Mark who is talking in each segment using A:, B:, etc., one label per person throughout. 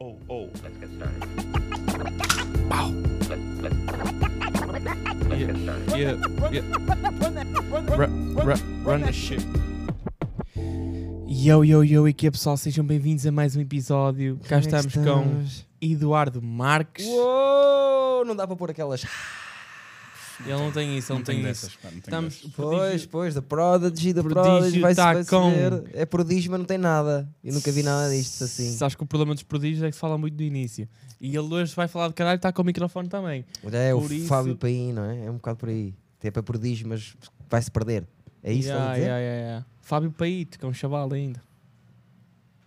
A: oh, oh.
B: Let's get started.
A: Pau.
B: Let, let, let's get started.
A: Yeah, yeah. Run, run, run the shit.
C: Yo, yo, yo, e que é, pessoal, sejam bem-vindos a mais um episódio.
A: é
C: Cá estamos com Eduardo Marques.
D: Uou, não dá para pôr aquelas.
C: Ele não tem isso, ele não, tem isso.
A: pá, não tenho
C: Estamos
A: dessas.
D: Pois, pois, da Prodigy, da
C: Prodígio
D: Prodigy, vai-se
C: tá
D: vai
C: com-
D: ver. É prodígio, mas não tem nada. Eu nunca vi nada disto assim.
C: Sabes que o problema dos prodígios é que se fala muito do início. E ele hoje vai falar de caralho e está com o microfone também.
D: Olha, é o
C: por isso-
D: Fábio Paim, não é? É um bocado por aí. Tem para prodígio, mas vai-se perder. É isso que ele
C: yeah,
D: dizer?
C: yeah, yeah, yeah. Fábio Paíto, que é um chaval ainda.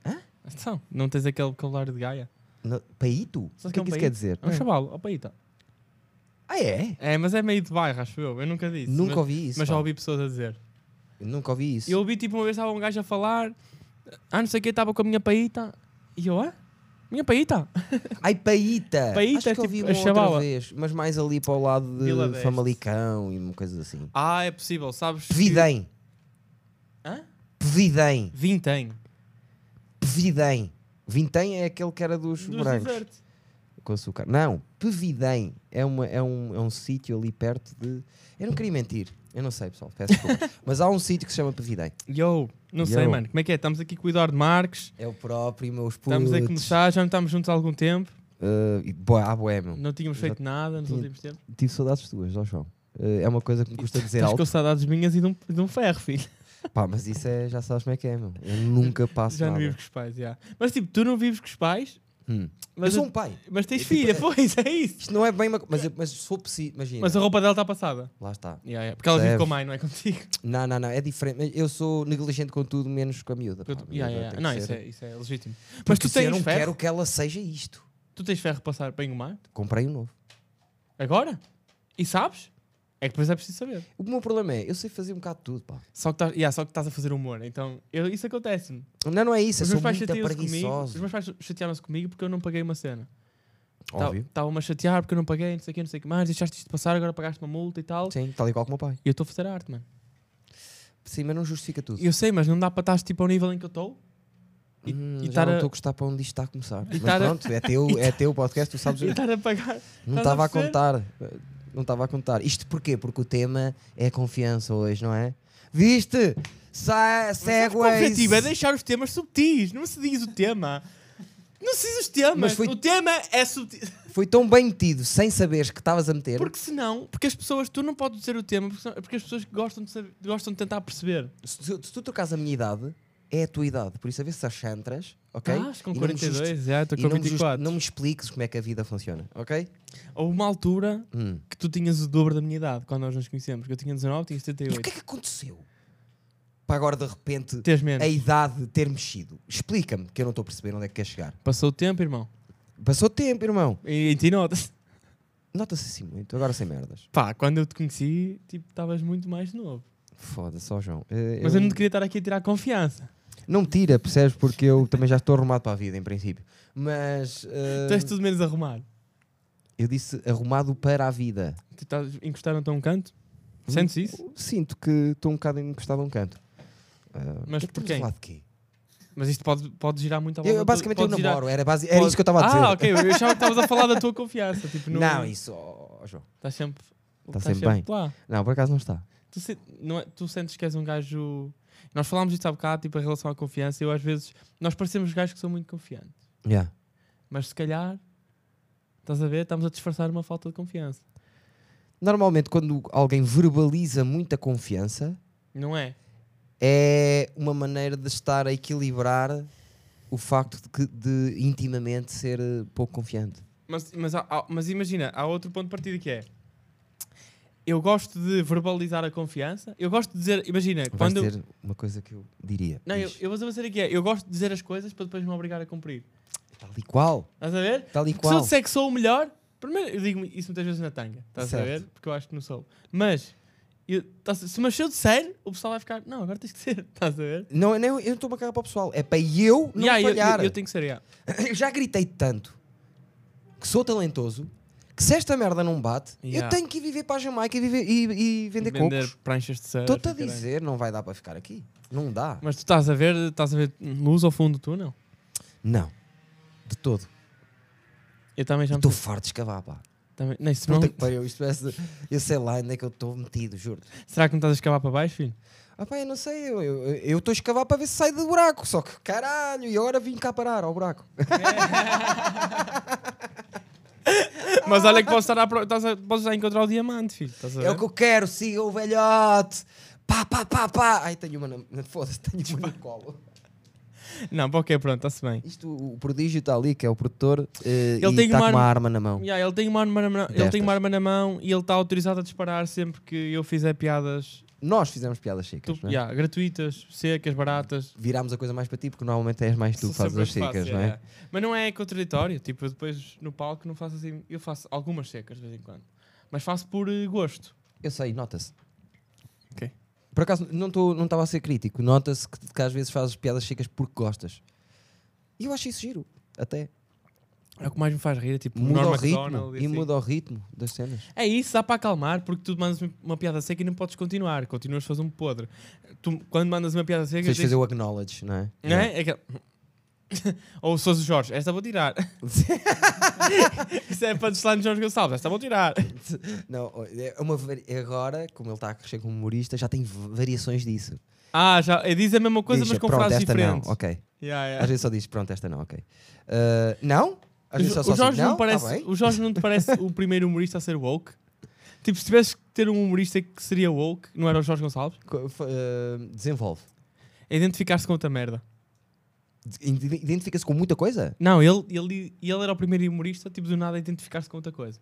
D: Hã?
C: Então, não tens aquele vocabulário de Gaia?
D: No- Paíto?
C: Sabe
D: O que é
C: um
D: que isso
C: paíto?
D: quer dizer?
C: É um chaval, ó Paíta.
D: Ah, é?
C: É, mas é meio de bairro, acho eu. Eu nunca disse.
D: Nunca
C: mas,
D: ouvi isso.
C: Mas já
D: pá.
C: ouvi pessoas a dizer.
D: Nunca ouvi isso.
C: Eu ouvi tipo uma vez estava um gajo a falar, ah não sei o que, estava com a minha paíta. E eu, ah? Minha paíta?
D: Ai, Paíta!
C: Paíta
D: Acho
C: é
D: que ouvi
C: tipo
D: uma
C: a
D: outra
C: chavala.
D: vez, mas mais ali para o lado de
C: Vila Deste.
D: Famalicão e uma coisa assim.
C: Ah, é possível, sabes? que-
D: Pevidém!
C: Hã?
D: Pevidém!
C: Vintém.
D: Pevidém. Vintém é aquele que era dos,
C: Dos
D: brancos.
C: desertos.
D: Com açúcar. Não, Pevidém. É, uma, é, um, é um sítio ali perto de. Eu não queria mentir. Eu não sei, pessoal. Peço desculpa. Mas há um sítio que se chama Pevidém.
C: Yo, não sei,
D: Yo.
C: mano. Como é que é? Estamos aqui com o Eduardo Marques.
D: É o próprio, meus putos.
C: Estamos a começar, já não estamos juntos há algum tempo.
D: Ah, e boa, ah, boé, meu.
C: Não tínhamos feito nada nos
D: Tinha-
C: últimos tempos.
D: Tive saudades tuas, ó João. Ah, é uma coisa que me custa dizer
C: Estás
D: alto.
C: com saudades minhas e de um, de um ferro, filho.
D: Pá, mas isso é. Já sabes como é que é, meu. Eu nunca passo
C: já não
D: nada.
C: vives com os pais, já. Mas tipo, tu não vives com os pais,
D: Hum. Eu
C: mas,
D: sou um pai.
C: mas tens
D: eu, tipo,
C: filha,
D: é-
C: pois, é isso.
D: Isto não é bem uma. co- Mas, eu- mas se for possível. Imagina.
C: Mas a roupa dela está passada.
D: Lá está.
C: Yeah, yeah, Porque ela vive
D: Percebes?
C: com a mãe, não é contigo.
D: Não, não, não. É diferente. Mas Eu sou negligente com tudo, menos com a miúda.
C: Eu-
D: pá. A
C: yeah,
D: miúda
C: yeah,
D: tem que
C: Não,
D: ser-
C: isso é, isso é legítimo.
D: Mas
C: Mas tu
D: eu não
C: tens ferro?
D: quero que ela seja isto.
C: Tu tens ferro para passar para engomar?
D: Comprei um novo.
C: Agora? E sabes? É que depois é preciso saber.
D: O meu problema é, eu sei fazer um bocado de tudo, pá.
C: Só que estás yeah, só que estás a fazer humor. Então, eu- isso acontece-me.
D: Não, não é isso, eu
C: Os
D: sou
C: meus pais
D: muito
C: chateiam-se comigo. Os
D: preguiçoso.
C: meus pais chatearam-se comigo porque eu não paguei uma cena.
D: Óbvio.
C: Estavam-me a chatear porque eu não paguei, não sei o que, não sei o que mais. Deixaste isto passar, agora pagaste uma multa e tal.
D: Sim, tal e qual como o meu pai.
C: E eu estou a fazer arte, mano.
D: Sim, mas não justifica tudo.
C: Eu sei, mas não dá para estar tipo ao nível em que eu estou. e-
D: Hum,
C: e
D: já
C: tar
D: não
C: a-
D: estou a gostar para onde isto está a começar. Mas
C: tar a-
D: pronto, é teu, é teu podcast, tu sabes.
C: E tá- estar a pagar.
D: Não
C: estás a
D: estava a
C: perceber?
D: contar. Não estava a contar. Isto porquê? Porque o tema é a confiança hoje, não é? Viste? Sa
C: Mas sabes que o objetivo é
D: Segways.
C: deixar os temas subtis. Não se diz o tema. Não se diz os temas.
D: Mas foi-
C: O tema é subtil.
D: Foi tão bem metido, sem saberes que estavas a meter.
C: Porque senão, porque as pessoas, tu não podes dizer o tema, porque, são- porque as pessoas gostam de, saber- gostam de tentar perceber.
D: Se, tu- se tu trocares a minha idade, é a tua idade. Por isso, a ver se achantras, ok?
C: Ah, Estás com
D: E não me justi-
C: 42, já, É, estou
D: e
C: com
D: não me justi-
C: 24.
D: Não me expliques como é que a vida funciona, ok?
C: Houve uma altura
D: Hum.
C: que tu tinhas o dobro da minha idade, quando nós nos conhecemos, que eu tinha 19, tinhas
D: E o que
C: 78.
D: é que aconteceu? Para agora, de repente,
C: Tens menos.
D: a idade ter mexido. Explica-me, que eu não estou a perceber onde é que quer chegar.
C: Passou o tempo, irmão.
D: Passou tempo, irmão.
C: E em ti nota-se.
D: Nota-se assim muito, agora sem merdas.
C: Pá, quando eu te conheci, tipo, estavas muito mais novo.
D: Foda-se, ó João. Eh,
C: Mas eu não te queria estar aqui a tirar confiança.
D: não me tira, percebes? Porque eu também já estou arrumado para a vida, em princípio. Mas eh,
C: Tu és tudo menos arrumado.
D: eu disse arrumado para a vida.
C: Tu estás Tipo, encostaram-te a um canto?
D: Hum?
C: Sentes isso?
D: Sinto que estou um bocado encostado a um canto. Ah,
C: Mas Tá
D: o que é que estamos
C: porquê?
D: a falar de quê?
C: Mas isto pode, pode girar muito à volta.
D: Eu, basicamente eu
C: pode girar-
D: namoro, era, base... era
C: pode-
D: isso que eu estava a dizer.
C: Ah, ok, eu achava que estavas a falar da tua confiança. Tipo,
D: não,
C: não,
D: isso, ó, ó, João.
C: Estás sempre.
D: Tá
C: estás
D: sempre bem.
C: lá.
D: Não, por acaso não está.
C: Tu, se- não é- tu sentes que és um gajo. Nós falámos disto há bocado, tipo, em relação à confiança. Eu, às vezes, nós parecemos gajos que são muito confiantes,
D: Yeah.
C: mas se calhar, estás a ver, estamos a disfarçar uma falta de confiança,
D: Normalmente, quando alguém verbaliza muita confiança,
C: não é?
D: é uma maneira de estar a equilibrar o facto de, que- de intimamente ser eh, pouco confiante.
C: Mas, mas, há- há- mas imagina, há outro ponto de partida que é. Eu gosto de verbalizar a confiança. Eu gosto de dizer. Imagina,
D: Vais
C: quando.
D: dizer uma coisa que eu diria.
C: Não, eu,
D: Diz,
C: eu vou dizer aqui é. Eu gosto de dizer as coisas para depois me obrigar a cumprir.
D: Tal e qual.
C: Estás a ver?
D: Tal e
C: Se eu
D: qual.
C: disser que sou o melhor, primeiro eu digo isso muitas vezes na tanga, estás a
D: Certo.
C: ver? Porque eu acho que não sou. Mas, eu, estás a- se, mas se eu disser, o pessoal vai ficar, não, agora tens que ser, estás a ver?
D: Não, eu não, eu não estou a cagar para o pessoal. É para eu não
C: Yeah, eu-
D: falhar.
C: Eu, eu tenho que ser, yeah.
D: Eu já gritei tanto que sou talentoso que se esta merda não bate,
C: Yeah.
D: eu tenho que ir viver para a Jamaica e, viver- e- e vender, cocos.
C: pranchas de surf.
D: Estou-te a
C: caralho.
D: dizer, não vai dar para ficar aqui. Não dá.
C: Mas tu estás a ver, estás a ver luz ao fundo do túnel?
D: Não. De todo.
C: Eu também já me
D: Estou farto de escavar, pá.
C: também... Não, isso não-
D: Puta que pariu, isto parece. Eu sei lá onde é que eu estou metido, juro.
C: Será que não estás a escavar para baixo, filho?
D: Ah, pá, eu não sei, eu- eu eu estou a escavar para ver se sai do buraco, só que caralho, e agora vim cá parar ao buraco.
C: Mas olha que posso estar, à pro... estás a... posso já encontrar o diamante, filho. Estás a ver?
D: É o que eu quero, siga o velhote. Pá, pá, pá, pá. Ai, tenho uma na... Foda-se, tenho uma no colo.
C: Não, pá, ok, pronto, está-se bem.
D: Isto, o Prodígio está ali, que é o produtor, eh,
C: Ele
D: e
C: tem
D: está
C: uma
D: com
C: arma-
D: uma arma na mão.
C: Yeah, ele, tem uma arma na mão, ele tem
D: Destas.
C: uma arma na mão e ele está autorizado a disparar sempre que eu fizer piadas
D: Nós fizemos piadas secas,
C: tu-
D: não é?
C: yeah, gratuitas, secas, baratas.
D: Virámos a coisa mais para ti, porque normalmente és mais tu
C: Sou
D: que fazes
C: sempre eu
D: as
C: que faço,
D: secas, não
C: yeah,
D: é?
C: yeah. Mas não é contraditório. Tipo, eu depois no palco não faço assim. Eu faço algumas secas de vez em quando. Mas faço por eh, gosto.
D: Eu sei, nota-se.
C: Ok.
D: Por acaso, não estava não estava a ser crítico. Nota-se que, que às vezes fazes piadas secas porque gostas. E eu acho isso giro, até.
C: É o que mais me faz rir. é Tipo,
D: Muda
C: Norm
D: o ritmo
C: Macdonald
D: e
C: assim.
D: muda o ritmo das cenas.
C: É isso, dá para acalmar, porque tu mandas uma piada seca e não podes continuar. Continuas a fazer um podre. Tu, quando mandas uma piada seca.
D: Tens de
C: tens-
D: fazer o acknowledge, não é?
C: Não é? É aquela- Ou se fosse o Jorge, esta vou tirar. Isso é para deslar no Jorge Gonçalves, esta vou tirar.
D: Não, é uma vari- agora, como ele está a crescer como humorista, já tem v- variações disso.
C: Ah, já é, diz a mesma coisa,
D: Diz,
C: mas com
D: pronto,
C: frases
D: esta
C: diferentes.
D: não, ok.
C: Yeah, yeah.
D: Às vezes só diz, pronto, esta não, ok. Ah, não? Às vezes só, só
C: o, Jorge
D: diz,
C: não
D: não,
C: parece,
D: tá bem.
C: o Jorge não te parece o primeiro humorista a ser woke? Tipo, se tivesse que ter um humorista que seria woke, não era o Jorge Gonçalves?
D: Co- f- ah, desenvolve.
C: É identificar-se com outra merda.
D: De- ide- Identifica-se com muita coisa?
C: Não, ele, ele, ele era o primeiro humorista, tipo, do nada a identificar-se com outra coisa.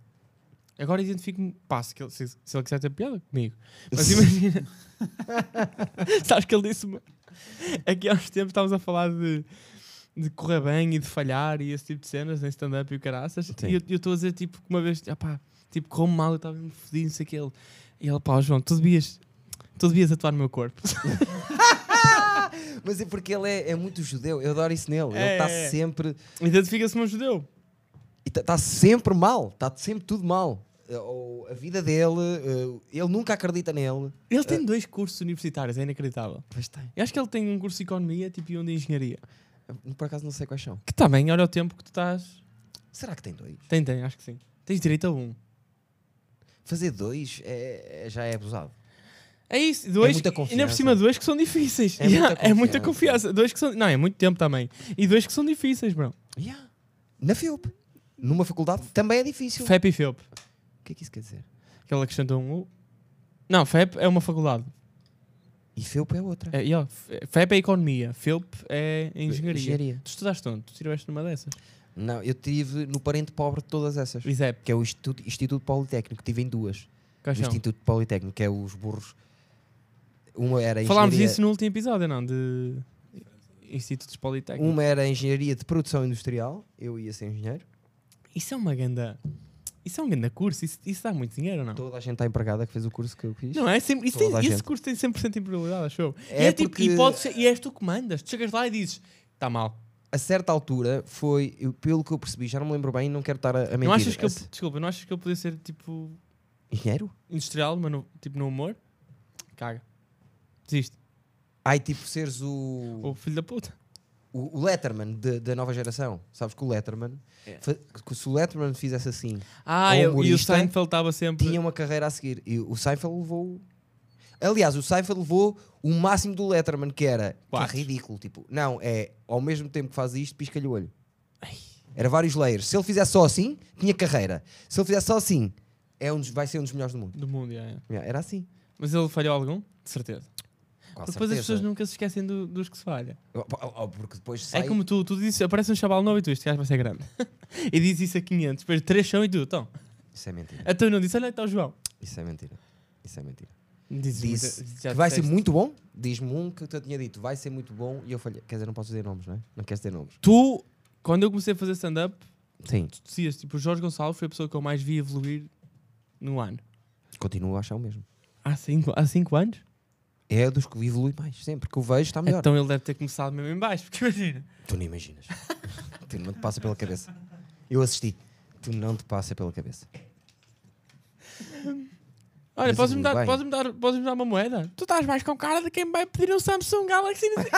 C: Agora identifico-me. Pá, se, que ele- se- se ele quiser ter piada, comigo. Mas imagina. Sabes que ele disse-me. Aqui há uns tempos estávamos a falar de, de correr bem e de falhar e esse tipo de cenas em stand-up e o caraças.
D: Sim.
C: E eu- eu estou a dizer, tipo, que uma vez, ah pá, tipo, como mal, eu estava me fodido, não sei o que ele. E ele, pá, João, tu devias, tu devias atuar no meu corpo.
D: Mas é porque ele é, é muito judeu, eu adoro isso nele. ele
C: É,
D: está
C: é, é.
D: sempre.
C: Identifica-se-me um judeu.
D: Está sempre mal, está sempre tudo mal. Eh, ou a vida dele, eh, ele nunca acredita nele.
C: Ele tem dois cursos universitários, é inacreditável.
D: Pois tem.
C: Eu acho que ele tem um curso de economia tipo, e um de engenharia.
D: Por acaso não sei quais são.
C: Que também, olha o tempo que tu estás.
D: Será que tem dois?
C: Tem, tem, acho que sim. Tens direito a um.
D: Fazer dois é- é- já é abusado.
C: É isso, dois.
D: muita
C: Ainda por
D: confiança.
C: cima, dois que são difíceis.
D: É
C: Yeah,
D: muita
C: é muita
D: confiança.
C: confiança. Dois que são. Não, é muito tempo também. E dois que são difíceis, bro.
D: Yeah. Na FIUP. Numa faculdade também é difícil.
C: FEP e FEUP.
D: O que é que isso quer dizer?
C: Que ele acrescentou um U. Não, FEP é uma faculdade.
D: E FIUP é outra.
C: É, yeah, F- FEP é economia. FEUP é engenharia. Tu estudaste onde? Tu tiveste numa dessas?
D: Não, eu tive no parente pobre de todas essas.
C: ISEP.
D: Que é o Instituto, Instituto Politécnico. Tive em duas. O
C: Caixão.
D: Instituto Politécnico, que é os burros. Uma era
C: Falámos
D: engenharia-
C: disso no último episódio, não? De Institutos Politécnicos.
D: Uma era engenharia de produção industrial, eu ia ser engenheiro.
C: Isso é uma ganda. Isso é um ganda curso. Isso, isso dá muito dinheiro, ou não?
D: Toda a gente está empregada que fez o curso que eu fiz.
C: Não é? Sempre, isso
D: Toda
C: tem-
D: a
C: esse
D: gente.
C: curso tem 100% de probabilidade, acho eu.
D: É
C: e, é tipo,
D: porque-
C: e, pode ser- e és tu que mandas. Tu chegas lá e dizes: está mal.
D: A certa altura foi, eu- pelo que eu percebi, já não me lembro bem, não quero estar a, a mentir.
C: Não achas que eu,
D: Esse-
C: desculpa, não achas que eu podia ser tipo
D: Engenheiro?
C: industrial, mas no, tipo no humor? Caga. Desiste.
D: Ai, tipo seres o,
C: Ô filho da puta.
D: o, o Letterman de- da nova geração. Sabes que o Letterman,
C: É.
D: fa- que se o Letterman fizesse assim,
C: Ah,
D: Ou
C: eu- e o
D: humorista
C: Steinfeld estava sempre.
D: tinha uma carreira a seguir. E o Seinfeld levou. Aliás, o Seinfeld levou o máximo do Letterman, que era que
C: Quatro.
D: ridículo. Tipo, não, é ao mesmo tempo que faz isto, pisca-lhe o olho. Era vários layers. Se ele fizesse só assim, tinha carreira. Se ele fizesse só assim, é um dos- vai ser um dos melhores do mundo.
C: Do mundo, yeah, yeah.
D: Yeah, Era assim.
C: Mas ele falhou algum? De certeza.
D: Com
C: Porque depois
D: certeza.
C: as pessoas nunca se esquecem do- dos que se falha.
D: Oh, oh, oh, Porque depois sai.
C: É como tu, tu dizes, aparece um chaval novo e tu, este gajo vai ser grande. e diz isso a 500, depois três são e tu, então.
D: Isso é mentira.
C: A tu não disse, olha, está o João.
D: Isso é mentira. Isso é mentira.
C: Dizes
D: Disse
C: muita- é já
D: que vai ser
C: disseste.
D: muito bom. Diz-me um que eu tinha dito, vai ser muito bom. E eu falhei. Quer dizer, não posso dizer nomes, não é? Não queres dizer nomes.
C: Tu, quando eu comecei a fazer stand-up,
D: Sim.
C: tu dizias, tipo, o Jorge Gonçalves foi a pessoa que eu mais vi evoluir no ano.
D: Continuo a achar o mesmo.
C: Há cinco, há cinco anos?
D: É dos que evolui mais. Sempre que o vejo está melhor.
C: Então ele deve ter começado mesmo em baixo, porque imagina.
D: Tu não imaginas. tu não te passa pela cabeça. Eu assisti. Tu não te passa pela cabeça.
C: Olha,
D: Mas
C: podes-me
D: tudo
C: dar,
D: bem.
C: podes dar, podes dar uma moeda? Tu estás mais com cara de quem vai pedir um Samsung Galaxy. não sei-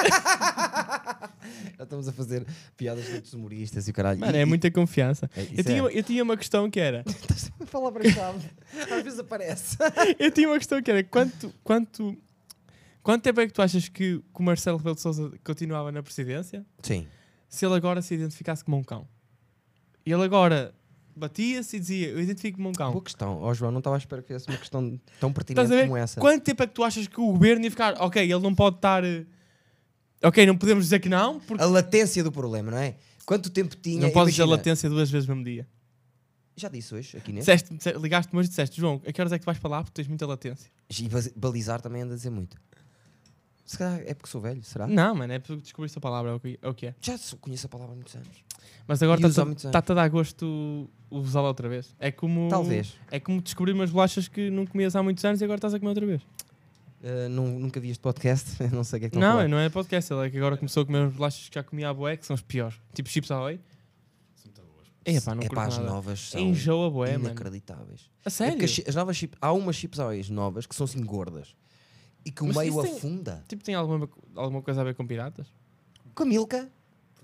D: Já estamos a fazer piadas de outros humoristas e o caralho.
C: Mano,
D: E-
C: é
D: e-
C: muita confiança.
D: É,
C: Eu
D: isso é.
C: tinha, eu tinha uma questão que era...
D: Estás a falar para chave. Às vezes aparece.
C: Eu tinha uma questão que era quanto, quanto, quanto tempo é que tu achas que, que o Marcelo Rebelo de Sousa continuava na presidência
D: Sim.
C: se ele agora se identificasse como um cão? Ele agora batia-se e dizia, eu identifico-me como um cão.
D: Boa questão. Ó João, não estava à espera que fizesse uma questão tão
C: Estás
D: pertinente
C: a ver?
D: como essa.
C: Quanto tempo é que tu achas que o governo ia ficar? Ok, ele não pode estar. eh, Ok, não podemos dizer que não, porque
D: A latência do problema, não é? Quanto tempo tinha?
C: não podes dizer
D: Ah, Imagina,
C: latência duas vezes no mesmo dia.
D: Já disse hoje, aqui nesse.
C: Disseste- disse- Ligaste-me hoje e disseste, João, a que horas é que tu vais para lá? Porque tens muita latência.
D: E ba- balizar também anda a dizer muito. Se calhar é porque sou velho, será?
C: Não, mano, é porque descobriste a palavra, é o que- é o que é.
D: Já sou- conheço a palavra há muitos anos.
C: Mas agora
D: E uso há muitos anos.
C: está tá a dar gosto o usá-la outra vez. É como.
D: Talvez.
C: É como descobrir umas bolachas que não comias há muitos anos e agora estás a comer outra vez.
D: Uh, nun- nunca vi este podcast, não sei o que é que estão a
C: não,
D: falar.
C: não é podcast, ele é que agora começou a comer umas bolachas que já comia à boé, que são as piores. Tipo chips à oi. É pá, não
D: é
C: curto
D: pá, as
C: nada.
D: novas são
C: Enjoa boé, mano.
D: inacreditáveis.
C: A
D: É
C: sério?
D: porque as chi- as novas chips, há umas chips aéreas novas que são assim gordas e que o
C: Mas
D: meio
C: isso tem-
D: afunda.
C: Tipo, tem alguma, alguma coisa a ver com piratas?
D: Com a Milka?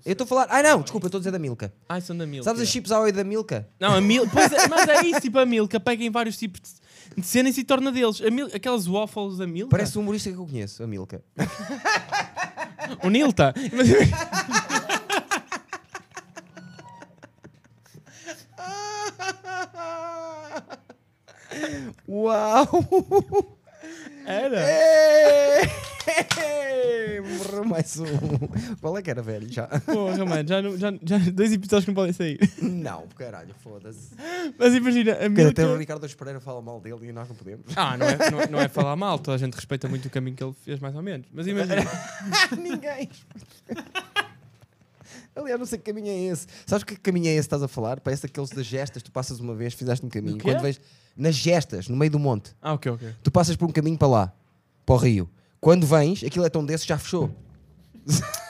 D: Eu estou a falar. Ah, não, desculpa, eu estou a dizer da Milka.
C: Ah, são da Milka.
D: Sabes as chips Aoi da Milka?
C: Não, a Milka. pois é, mas é isso, tipo, a Milka pega em vários tipos de, de cenas e torna deles. A Mil- aquelas waffles da Milka.
D: Parece um humorista que eu conheço, a Milka.
C: O Nilta.
D: Uau!
C: Era.
D: Ei! Morreu mais um. Qual é que era velho já?
C: Porra, mano, já, não- já, já dois episódios que não podem sair.
D: Não, caralho, foda-se.
C: Mas imagina, a
D: Cara, Até o
C: Milka...
D: Ricardo Espereira fala mal dele e nós não podemos.
C: Ah, não é, não, é- não é falar mal, toda a gente respeita muito o caminho que ele fez, mais ou menos. Mas imagina,
D: Ninguém. Aliás, não sei que caminho é esse. Sabes que caminho é esse que estás a falar? Parece aqueles das gestas. Tu passas uma vez, fizeste um caminho.
C: Do quê?
D: Quando vais nas gestas, no meio do monte,
C: Ah, ok, ok.
D: tu passas por um caminho para lá, para o rio. Quando vens, aquilo é tão desse que já fechou.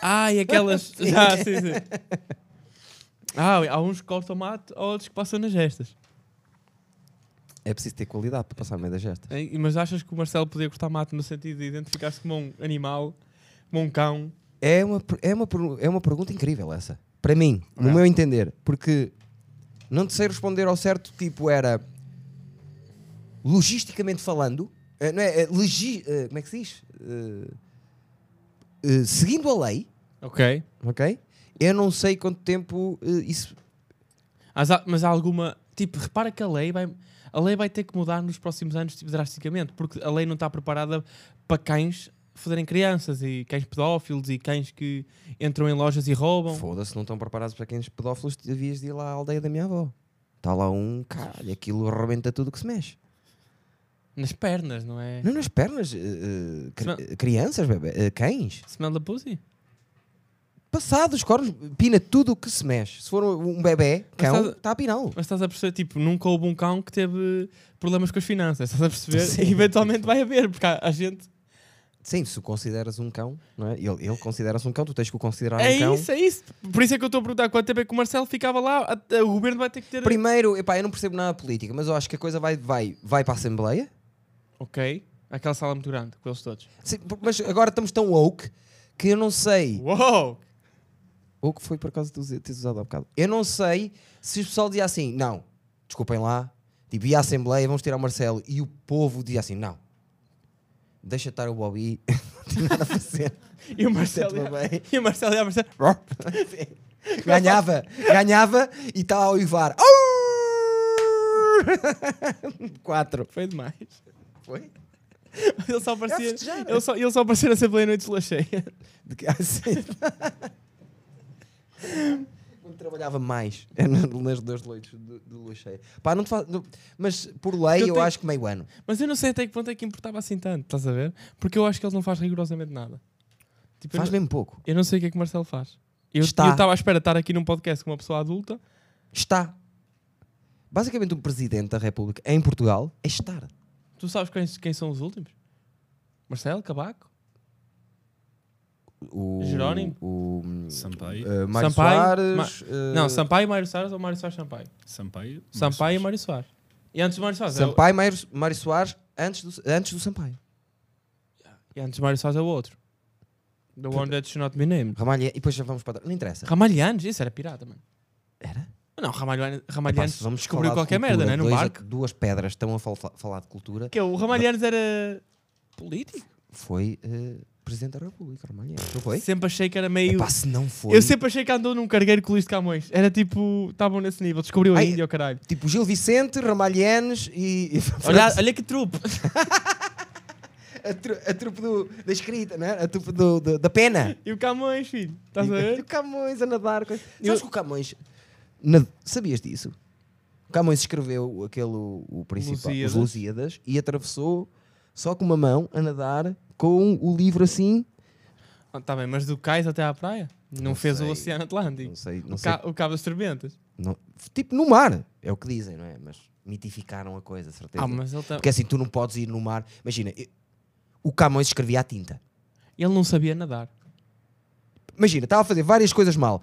C: Ah, e aquelas. ah, sim, sim. Ah, há uns que cortam mato, há outros que passam nas gestas.
D: É preciso ter qualidade para passar no meio das gestas.
C: E- Mas achas que o Marcelo podia cortar mato no sentido de identificar-se como um animal, como um cão?
D: É uma, per- é uma, per- é uma pergunta incrível essa. Para mim, no
C: É.
D: meu entender. Porque não te sei responder ao certo, tipo, era... Logisticamente falando... eh, Não é, eh, legi, eh, como é que se diz? Eh, eh, seguindo a lei,
C: Ok.
D: ok? Eu não sei quanto tempo eh, isso...
C: Mas há, mas há alguma. Tipo, repara que a lei vai. A lei vai ter que mudar nos próximos anos tipo, drasticamente, porque a lei não está preparada para cães foderem crianças e cães pedófilos e cães que entram em lojas e roubam.
D: Foda-se, não estão preparados para quem os pedófilos devias de ir lá à aldeia da minha avó. Está lá um, caralho, aquilo arrebenta tudo o que se mexe.
C: Nas pernas, não é?
D: Não nas pernas, eh, eh, cri-
C: Senão-
D: eh, crianças, bebê, eh, cães.
C: Smell the é pussy?
D: Passados, cornos, pina tudo o que se mexe. Se for um bebê, cão,
C: Passado-
D: está a piná-lo.
C: Mas estás a perceber, tipo, nunca houve um cão que teve problemas com as finanças, estás a perceber?
D: Sim.
C: E eventualmente vai haver, porque há, há gente.
D: Sim, se o consideras um cão, não é? ele, ele considera-se um cão, tu tens que o considerar
C: é
D: um cão.
C: isso, é isso. Por isso é que eu estou a perguntar quanto tempo é que o Marcelo ficava lá, a- a- o governo vai ter que ter.
D: Primeiro, epá, eu não percebo nada de política, mas eu acho que a coisa vai, vai, vai para a Assembleia.
C: Ok. Aquela sala é muito grande, com eles todos.
D: Sim, por- mas agora estamos tão woke que eu não sei.
C: Uou!
D: Ou que foi por causa de teres usado há bocado. Eu não sei se o pessoal dizia assim, não, desculpem lá, tipo, ia à Assembleia, vamos tirar o Marcelo. E o povo dizia assim, não, deixa estar o Bobby, não tem nada a fazer.
C: E o Marcelo.
D: Está Tá tudo bem.
C: E o Marcelo e a Marcelo.
D: ganhava, ganhava e tá estava a uivar. Quatro.
C: Foi demais.
D: Foi?
C: Ele só parecia.
D: festejar.
C: Ele só, ele só parecia na Assembleia Noite de Lua Cheia.
D: De que- assim. Quando trabalhava mais, é na- nas duas leitos do, do lua cheia. Pá, não te fa- não- mas por lei
C: Eu
D: eu,
C: tenho-
D: acho que meio ano.
C: Mas eu não sei até que ponto é que importava assim tanto, estás a ver? Porque eu acho que ele não faz rigorosamente nada. Tipo, eu
D: Faz
C: não-
D: mesmo pouco.
C: Eu não sei o que é que o Marcelo faz. Eu eu
D: Está.
C: estava à espera de estar aqui num podcast com uma pessoa adulta.
D: Está. Basicamente, um presidente da República em Portugal é estar.
C: Tu sabes quem, quem são os últimos? Marcelo, Cabaco,
D: O,
C: Jerónimo?
D: O,
E: Sampaio.
D: eh, Mário
C: Sampaio,
D: Soares. eh,
C: Não, Sampaio e Mário Soares ou Mário Soares Sampaio?
E: Sampaio.
C: Sampaio e Mário Soares. E antes do Mário Soares, é o-
D: Sampaio, Mário, Mário Soares, antes do, antes do Sampaio.
C: e antes do Mário Soares é o outro. É The one that should not be named.
D: Ramalho, e depois já vamos para trás. Não interessa.
C: Ramalhianos, isso era pirata, mano.
D: Era?
C: Não, Ramalhianos,
D: Pá,
C: Ramalhianos
D: se vamos
C: descobriu
D: falar de
C: qualquer
D: cultura,
C: merda, né? No
D: dois-
C: barco.
D: Duas pedras estão a fal- falar de cultura.
C: Que é o Ramalhianos era político.
D: Foi eh, Presidente da República, Ramalhianos. Não foi?
C: Sempre achei que era meio.
D: Epá, se não foi.
C: Eu sempre achei que andou num cargueiro com o Luís de Camões. Era tipo, estavam nesse nível, descobriu a
D: Ai,
C: Índia, o caralho.
D: Tipo Gil Vicente, Ramalhianos e. e
C: Olha, olha que trupe.
D: a, tru- a trupe do, da escrita, né? A trupe do, do- da pena.
C: E o Camões, filho. Estás a
D: E o
C: ver?
D: Camões a nadar. coisa-
C: Eu-
D: Sabes que o Camões. na- Sabias disso? O Camões escreveu aquele, o principal,
C: Lusíadas.
D: os Lusíadas, e atravessou só com uma mão a nadar com o livro assim.
C: Ah, Tá bem, mas do cais até à praia? Não,
D: Não
C: fez
D: sei.
C: o Oceano Atlântico.
D: Não sei, não
C: O,
D: sei.
C: ca- o Cabo das Tormentas.
D: não- tipo no mar, é o que dizem, não é? Mas mitificaram a coisa, certeza.
C: Ah, mas ele, tá-
D: Porque assim, tu não podes ir no mar. Imagina, eu- o Camões escrevia à tinta.
C: ele não sabia nadar.
D: Imagina, estava a fazer várias coisas mal.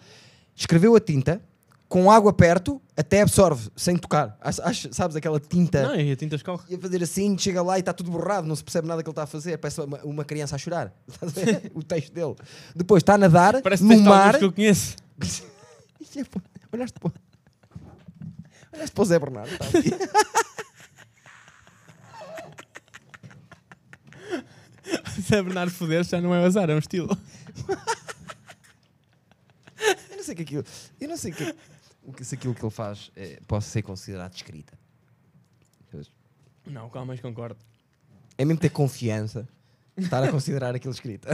D: Escreveu a tinta, com água perto, até absorve, sem tocar. Ach- ach- sabes aquela tinta?
C: Não, e a tinta escorre.
D: E a fazer assim, chega lá e está tudo borrado, não se percebe nada que ele está a fazer. Parece uma, uma criança a chorar. Estás a ver? o texto dele. Depois está a nadar
C: Parece
D: no
C: texto de
D: mar.
C: alguns que eu conheço.
D: E é, pô, Olhaste para. Olhaste para o Zé Bernardo. está ali.
C: Se é Bernardo Foder, já não é o azar, é um estilo.
D: Eu não sei que é aquilo. Eu não sei que, o que- se aquilo que ele faz eh, possa ser considerado escrita.
C: Não, o Camões concordo.
D: É mesmo ter confiança estar a considerar aquilo escrita.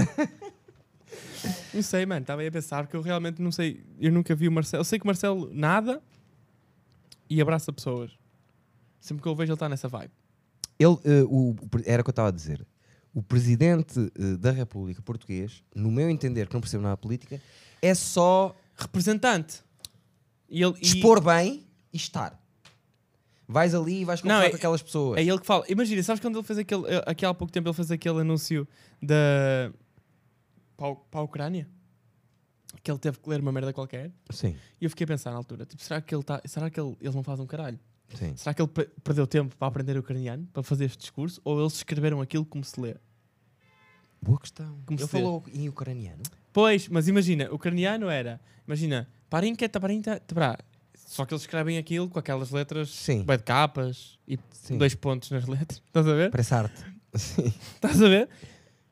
C: Não sei, mano, estava aí a pensar que eu realmente não sei. Eu nunca vi o Marcelo. Eu sei que o Marcelo nada e abraça pessoas. Sempre que eu o vejo, ele está nessa vibe.
D: Ele, eh, o- o pre- era o que eu estava a dizer. O presidente eh, da República Português, no meu entender, que não percebo nada de política, é só
C: Representante. E ele, e- é
D: expor bem e estar. Vais ali e vais
C: Não,
D: conversar
C: é-
D: com aquelas pessoas.
C: É ele que fala. Imagina, sabes quando ele fez aquele. eh, Aqui há pouco tempo ele fez aquele anúncio da. para, a Ucrânia? Que ele teve que ler uma merda qualquer.
D: Sim,
C: E eu fiquei a pensar na altura: tipo, será que ele tá, Será que ele, ele não faz um caralho?
D: sim.
C: Será que ele pe- perdeu tempo para aprender ucraniano, para fazer este discurso? Ou eles escreveram aquilo como se lê?
D: Boa questão.
C: Como
D: ele
C: se diz?
D: falou em ucraniano.
C: Pois, mas imagina, ucraniano era. Imagina, é parinka, taparinta, tapará. Só que eles escrevem aquilo com aquelas letras.
D: Sim.
C: bué de capas e
D: Sim.
C: dois pontos nas letras. Estás a ver?
D: Parece arte. Sim.
C: Estás a ver?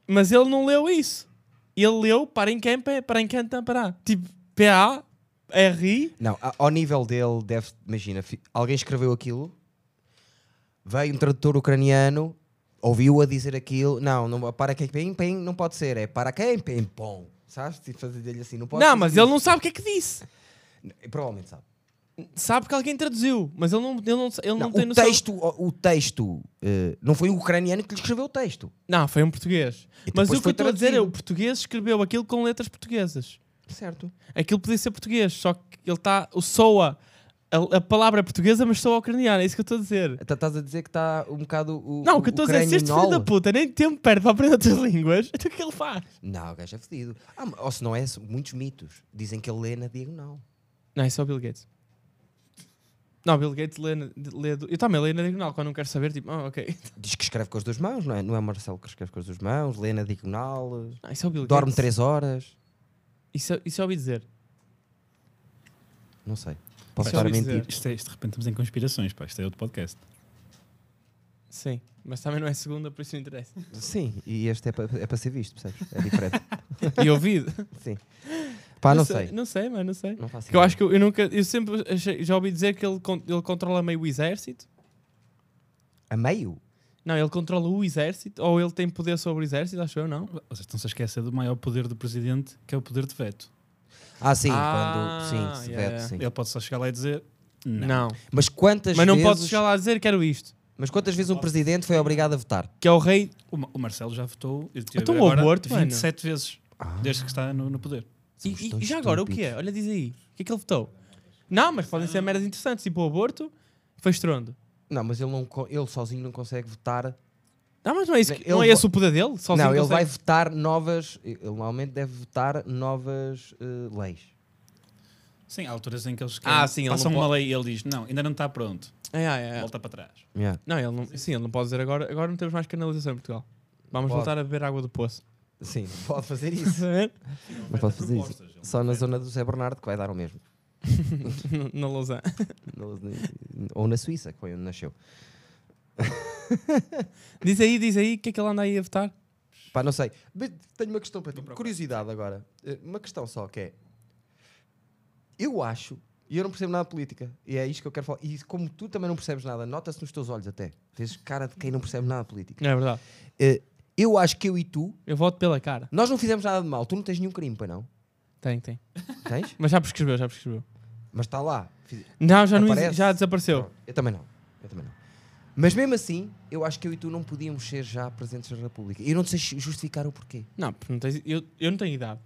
C: Mas ele não leu isso. Ele leu é para encampa, para encanta, para. Tipo, PA, RI.
D: Não, a- ao nível dele, deve imagina, fi- alguém escreveu aquilo, veio um tradutor ucraniano, ouviu-a dizer aquilo, não, não para quem pem, pem, não pode ser, é para quem pem, pom. Sabes? Tipo, fazer-lhe assim, não pode
C: Não,
D: ser
C: mas
D: assim.
C: ele não sabe o que é que disse.
D: Provavelmente sabe.
C: Sabe que alguém traduziu, mas ele não, ele não, ele não,
D: Não,
C: tem
D: o,
C: noção.
D: texto, o, o texto, eh, não foi o ucraniano que lhe escreveu o texto.
C: Não, foi um português.
D: E
C: Mas
D: depois
C: o que
D: foi
C: eu estou a dizer é
D: traduzido.
C: o português escreveu aquilo com letras portuguesas.
D: Certo.
C: Aquilo podia ser português, só que ele está. Soa a, a palavra é portuguesa, mas soa ucraniana. É isso que eu estou a dizer.
D: Tá, Estás a dizer que está um bocado o
C: Não, o que eu estou a dizer, se este filho da
D: ucraninol?
C: puta nem tempo perde para aprender outras línguas, o que é que ele faz?
D: Não, o gajo é fedido. Ah, mas- ou se não é, são muitos mitos. Dizem que ele lê na diagonal.
C: Não, isso é o Bill Gates. Não, Bill Gates lê, na- de- lê do- Eu também leio na diagonal quando não quero saber, tipo, ah, ok.
D: Diz que escreve com as duas mãos, não é? Não é Marcelo que escreve com as duas mãos, lê na diagonal,
C: Não, isso é o Bill
D: dorme
C: Gates.
D: 3 horas.
C: Isso, é- isso eu ouvi dizer.
D: Não sei. Posso
C: Isso
D: estar a
C: eu ouvi
D: mentir.
C: dizer.
E: Isto é, isto de repente estamos em conspirações, pá. Isto é outro podcast.
C: Sim, mas também não é segunda, por isso não interessa.
D: Sim, e este é para é para ser visto, percebes? É diferente.
C: E ouvido.
D: Sim. Pá, não, sei.
C: Não sei, mas não sei.
D: Não faço
C: Porque eu
D: ideia.
C: acho que eu, eu nunca. Eu sempre achei- já ouvi dizer que ele, con- ele controla meio o exército.
D: A meio?
C: Não, ele controla o exército, ou ele tem poder sobre o exército, acho eu, não?
E: Vocês estão-se a esquecer do maior poder do presidente, que é o poder de veto.
D: Ah, sim,
C: Ah,
D: quando. Sim, se
C: yeah,
D: vete,
C: yeah.
D: sim.
E: Ele pode só chegar lá e dizer. Não.
D: Mas quantas
C: Mas não
D: vezes.
C: pode chegar lá a dizer quero isto.
D: Mas quantas vezes um presidente foi obrigado a votar?
C: Que é o rei.
E: O, Ma- o Marcelo já votou. eu tive
C: Então
E: agora
C: houve morto, mano.
E: 27 vezes. Desde que está no, no poder.
C: Ah, E,
D: Somos
C: e-
D: Ah, tão
C: e já agora, o que é?
D: estúpidos.
C: Olha, diz aí. O que é que ele votou? Não, mas podem ser meras interessantes, tipo o aborto, foi estrondo.
D: Não, mas ele, não, co- ele sozinho não consegue votar.
C: Não, mas não é, isso que-
D: Ele
C: não é
D: vo-
C: esse o poder dele? Sozinho
D: não, ele
C: consegue-
D: vai votar novas. Ele normalmente deve votar novas eh, leis.
E: Sim, há alturas em que eles
C: Ah, sim, ele
E: passam
C: não
E: uma
C: pode-
E: lei e ele diz, não, ainda não está pronto,
C: É, é, é.
E: volta para trás.
D: Yeah.
C: Não, ele não, sim, ele não pode dizer agora. Agora não temos mais canalização em Portugal. Vamos
D: Pode.
C: voltar a beber água do poço.
D: Sim, não pode fazer isso. Não
E: Oferta
D: pode fazer isso.
E: propostas, ele
D: Só na
E: oferta.
D: zona do Zé Bernardo, que vai dar o mesmo.
C: Na Lausanne.
D: Na- Ou na Suíça, que foi onde nasceu.
C: Diz aí, diz aí, o que é que ele anda aí a votar?
D: Pá, não sei. Mas tenho uma questão para ti. Curiosidade agora. Eh, Uma questão só que é. Eu acho, e eu não percebo nada de política, e é isto que eu quero falar. E como tu também não percebes nada, nota-se nos teus olhos até. Tens cara de quem não percebe nada de política.
C: É verdade.
D: Eh, eu acho que eu e tu,
C: Eu voto pela cara.
D: nós não fizemos nada de mal. Tu não tens nenhum crime, para não?
C: Tem, tem.
D: Tens?
C: Mas já prescreveu, já prescreveu.
D: Mas está lá. Fiz-
C: Não, já, não,
D: Aparece.
C: exi- já desapareceu.
D: Eu também não. Eu também não. Mas mesmo assim, eu acho que eu e tu não podíamos ser já presidentes da República. E eu não sei ju- justificar o porquê.
C: Não, porque não tens, eu, eu não tenho idade.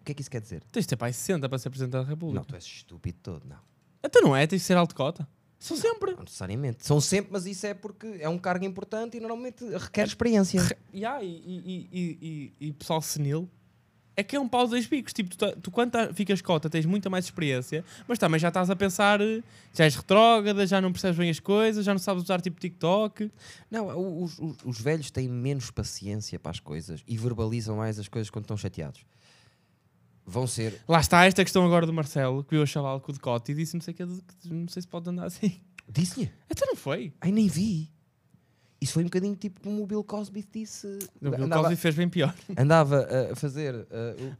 D: O que é que isso quer dizer?
C: Tens de ter pai 60 para ser Presidente da
D: Não,
C: República.
D: tu és estúpido todo, não.
C: Então não é, tens de ser alto cota. São sempre.
D: Não necessariamente. São sempre, mas isso é porque é um cargo importante e normalmente requer experiência.
C: Ya, e, e, e, e, e- e pessoal senil. É que é um pau de dois bicos. Tipo, tu, tá- tu quando tá- ficas cota tens muita mais experiência, mas também já estás a pensar, eh, já és retrógrada, já não percebes bem as coisas, já não sabes usar tipo TikTok.
D: Não, o- os, os- os velhos têm menos paciência para as coisas e verbalizam mais as coisas quando estão chateados. Vão ser.
C: Lá está esta questão agora do Marcelo, que viu a chaval com o decote e disse não sei, o quê de- que, não sei se pode andar assim.
D: Disse-lhe?
C: Até não foi.
D: Ai, nem vi. Isso foi um bocadinho tipo como o Bill Cosby disse.
C: O Bill
D: Andava-
C: Cosby fez bem pior.
D: andava a fazer uh,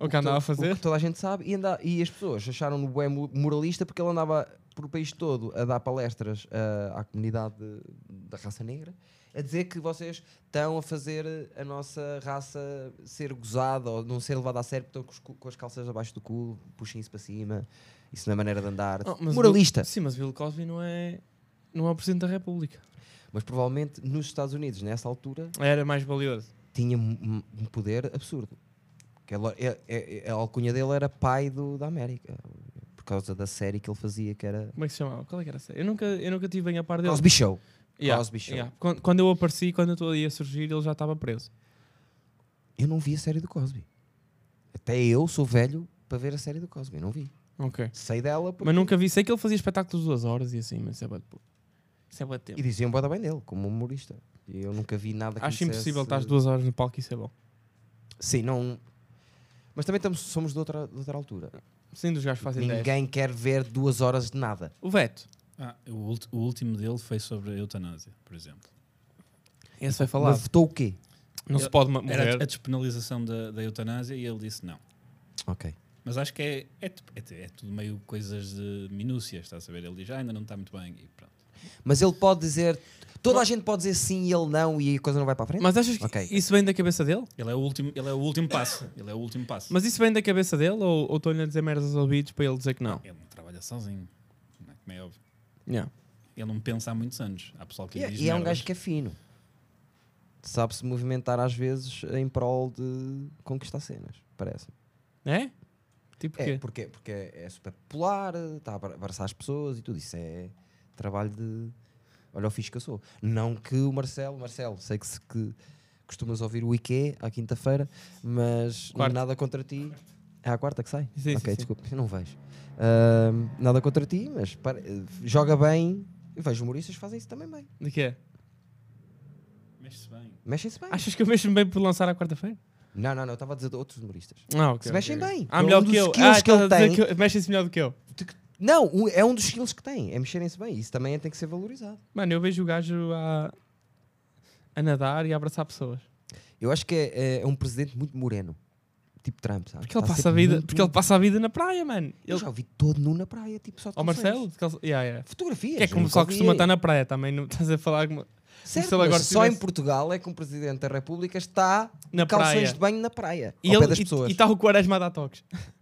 D: o,
C: O que andava a
D: to-
C: fazer?
D: o que toda a gente sabe e, anda- e as pessoas acharam-no bué mo- moralista porque ele andava por o país todo a dar palestras uh, à comunidade de- da raça negra a dizer que vocês estão a fazer a nossa raça ser gozada ou não ser levada a sério porque estão com, os cu- com as calças abaixo do cu, puxem isso para cima, isso na maneira de andar.
C: Oh, mas o
D: moralista.
C: Bill- sim, mas o Bill Cosby não é, não é o Presidente da República.
D: Mas provavelmente nos Estados Unidos, nessa altura,
C: Era mais valioso.
D: tinha um um poder absurdo. Que ele- é- é- é- a alcunha dele era pai do, da América, por causa da série que ele fazia, que era
C: Como é que se chamava? Qual é que era essa? Eu nunca, eu nunca tive bem a par dele.
D: Cosby Show.
C: Yeah,
D: Cosby Show.
C: yeah. Quando, quando eu apareci, quando eu estou aí a surgir, ele já estava preso.
D: Eu não vi a série do Cosby. Até eu sou velho para ver a série do Cosby, não vi.
C: Ok.
D: Sei dela porque...
C: Mas nunca vi. Sei que ele fazia espetáculos de duas horas e assim, mas isso é bué de pouco. Isso é bué de
D: E
C: tempo.
D: diziam bada bem dele, como humorista. E eu nunca vi nada que
C: Acho
D: me
C: impossível
D: dissesse-
C: estar duas horas no palco e isso é bom.
D: Sim, não... Mas também estamos, somos de outra, de outra altura.
C: Sim, dos gajos fazem ideia.
D: Ninguém quer ver duas horas de nada.
C: O Veto.
E: Ah, o, ulti- o último dele foi sobre a eutanásia, por exemplo.
C: Esse foi falado.
D: Mas votou o quê?
C: não se pode ma- morrer.
E: Era a despenalização da, da eutanásia e ele disse não.
D: Ok.
E: Mas acho que é, é, tu- é tu- é tudo meio coisas de minúcias, está a saber? Ele diz, ah, ainda não está muito bem e pronto.
D: Mas ele pode dizer. Toda a gente pode dizer sim e ele não e a coisa não vai para a frente?
C: Mas achas que
D: Ok.
C: isso vem da cabeça dele?
E: Ele é o último, ele é o último passo. Ele é o último passo.
C: Mas isso vem da cabeça dele ou ou estou-lhe a dizer merdas aos ouvidos para ele dizer que não?
E: Ele não trabalha sozinho, não é? como é óbvio.
C: Yeah.
E: Ele não pensa há muitos anos. Há pessoal que
D: e
E: lhe
D: é,
E: diz
D: e é um
E: merdas.
D: gajo que é fino. Sabe-se movimentar às vezes em prol de conquistar cenas, parece.
C: É? Tipo
D: É,
C: quê?
D: porque, porque é, é super popular, está a abra- abraçar as pessoas e tudo. Isso é trabalho de. Olha o fixe que eu sou. Não que o Marcelo, Marcelo, sei que, se- que costumas ouvir o IKE à quinta-feira, mas
C: Quarta.
D: nada contra ti. É à quarta que sai?
C: Sim, sim,
D: ok,
C: sim.
D: desculpa, eu não vejo. Ahm, nada contra ti, mas para- joga bem. Eu vejo humoristas que fazem isso também bem.
C: De quê?
D: é,
E: Mexe-se bem.
D: Mexem-se bem.
C: Achas que eu mexo-me bem por lançar à quarta-feira?
D: Não, não, não, eu estava a dizer de outros humoristas.
C: Ah, ok.
D: Se mexem bem.
C: Ah,
D: É
C: melhor
D: um dos
C: que eu.
D: skills
C: Ah,
D: que ele
C: estás a dizer
D: tem.
C: que eu- Mexem-se melhor do que eu.
D: Não, o- é um dos skills que tem, é mexerem-se bem. Isso também tem que ser valorizado.
C: Mano, eu vejo o gajo a, a nadar e a abraçar pessoas.
D: Eu acho que é, é- é um presidente muito moreno. Tipo Trump, sabe?
C: Porque ele,
D: Está
C: passa a,
D: sempre
C: vida,
D: muito
C: porque ele passa a vida na praia, mano.
D: Eu
C: Ele,
D: já o vi todo nu na praia, tipo só de
C: ao
D: calções.
C: Marcelo? de calça- Yeah, yeah.
D: Fotografias.
C: Que é
D: eu
C: como
D: nunca
C: só
D: vi.
C: costuma estar na praia também. Não estás a falar como-
D: Certo,
C: se ele
D: mas
C: agora
D: só em
C: tivesse-
D: Portugal é que um presidente da República está
C: Na
D: de calções
C: praia.
D: de banho na praia.
C: E
D: ao
C: ele
D: pé das
C: e-
D: pessoas.
C: e tá- está o Quaresma a dar toques.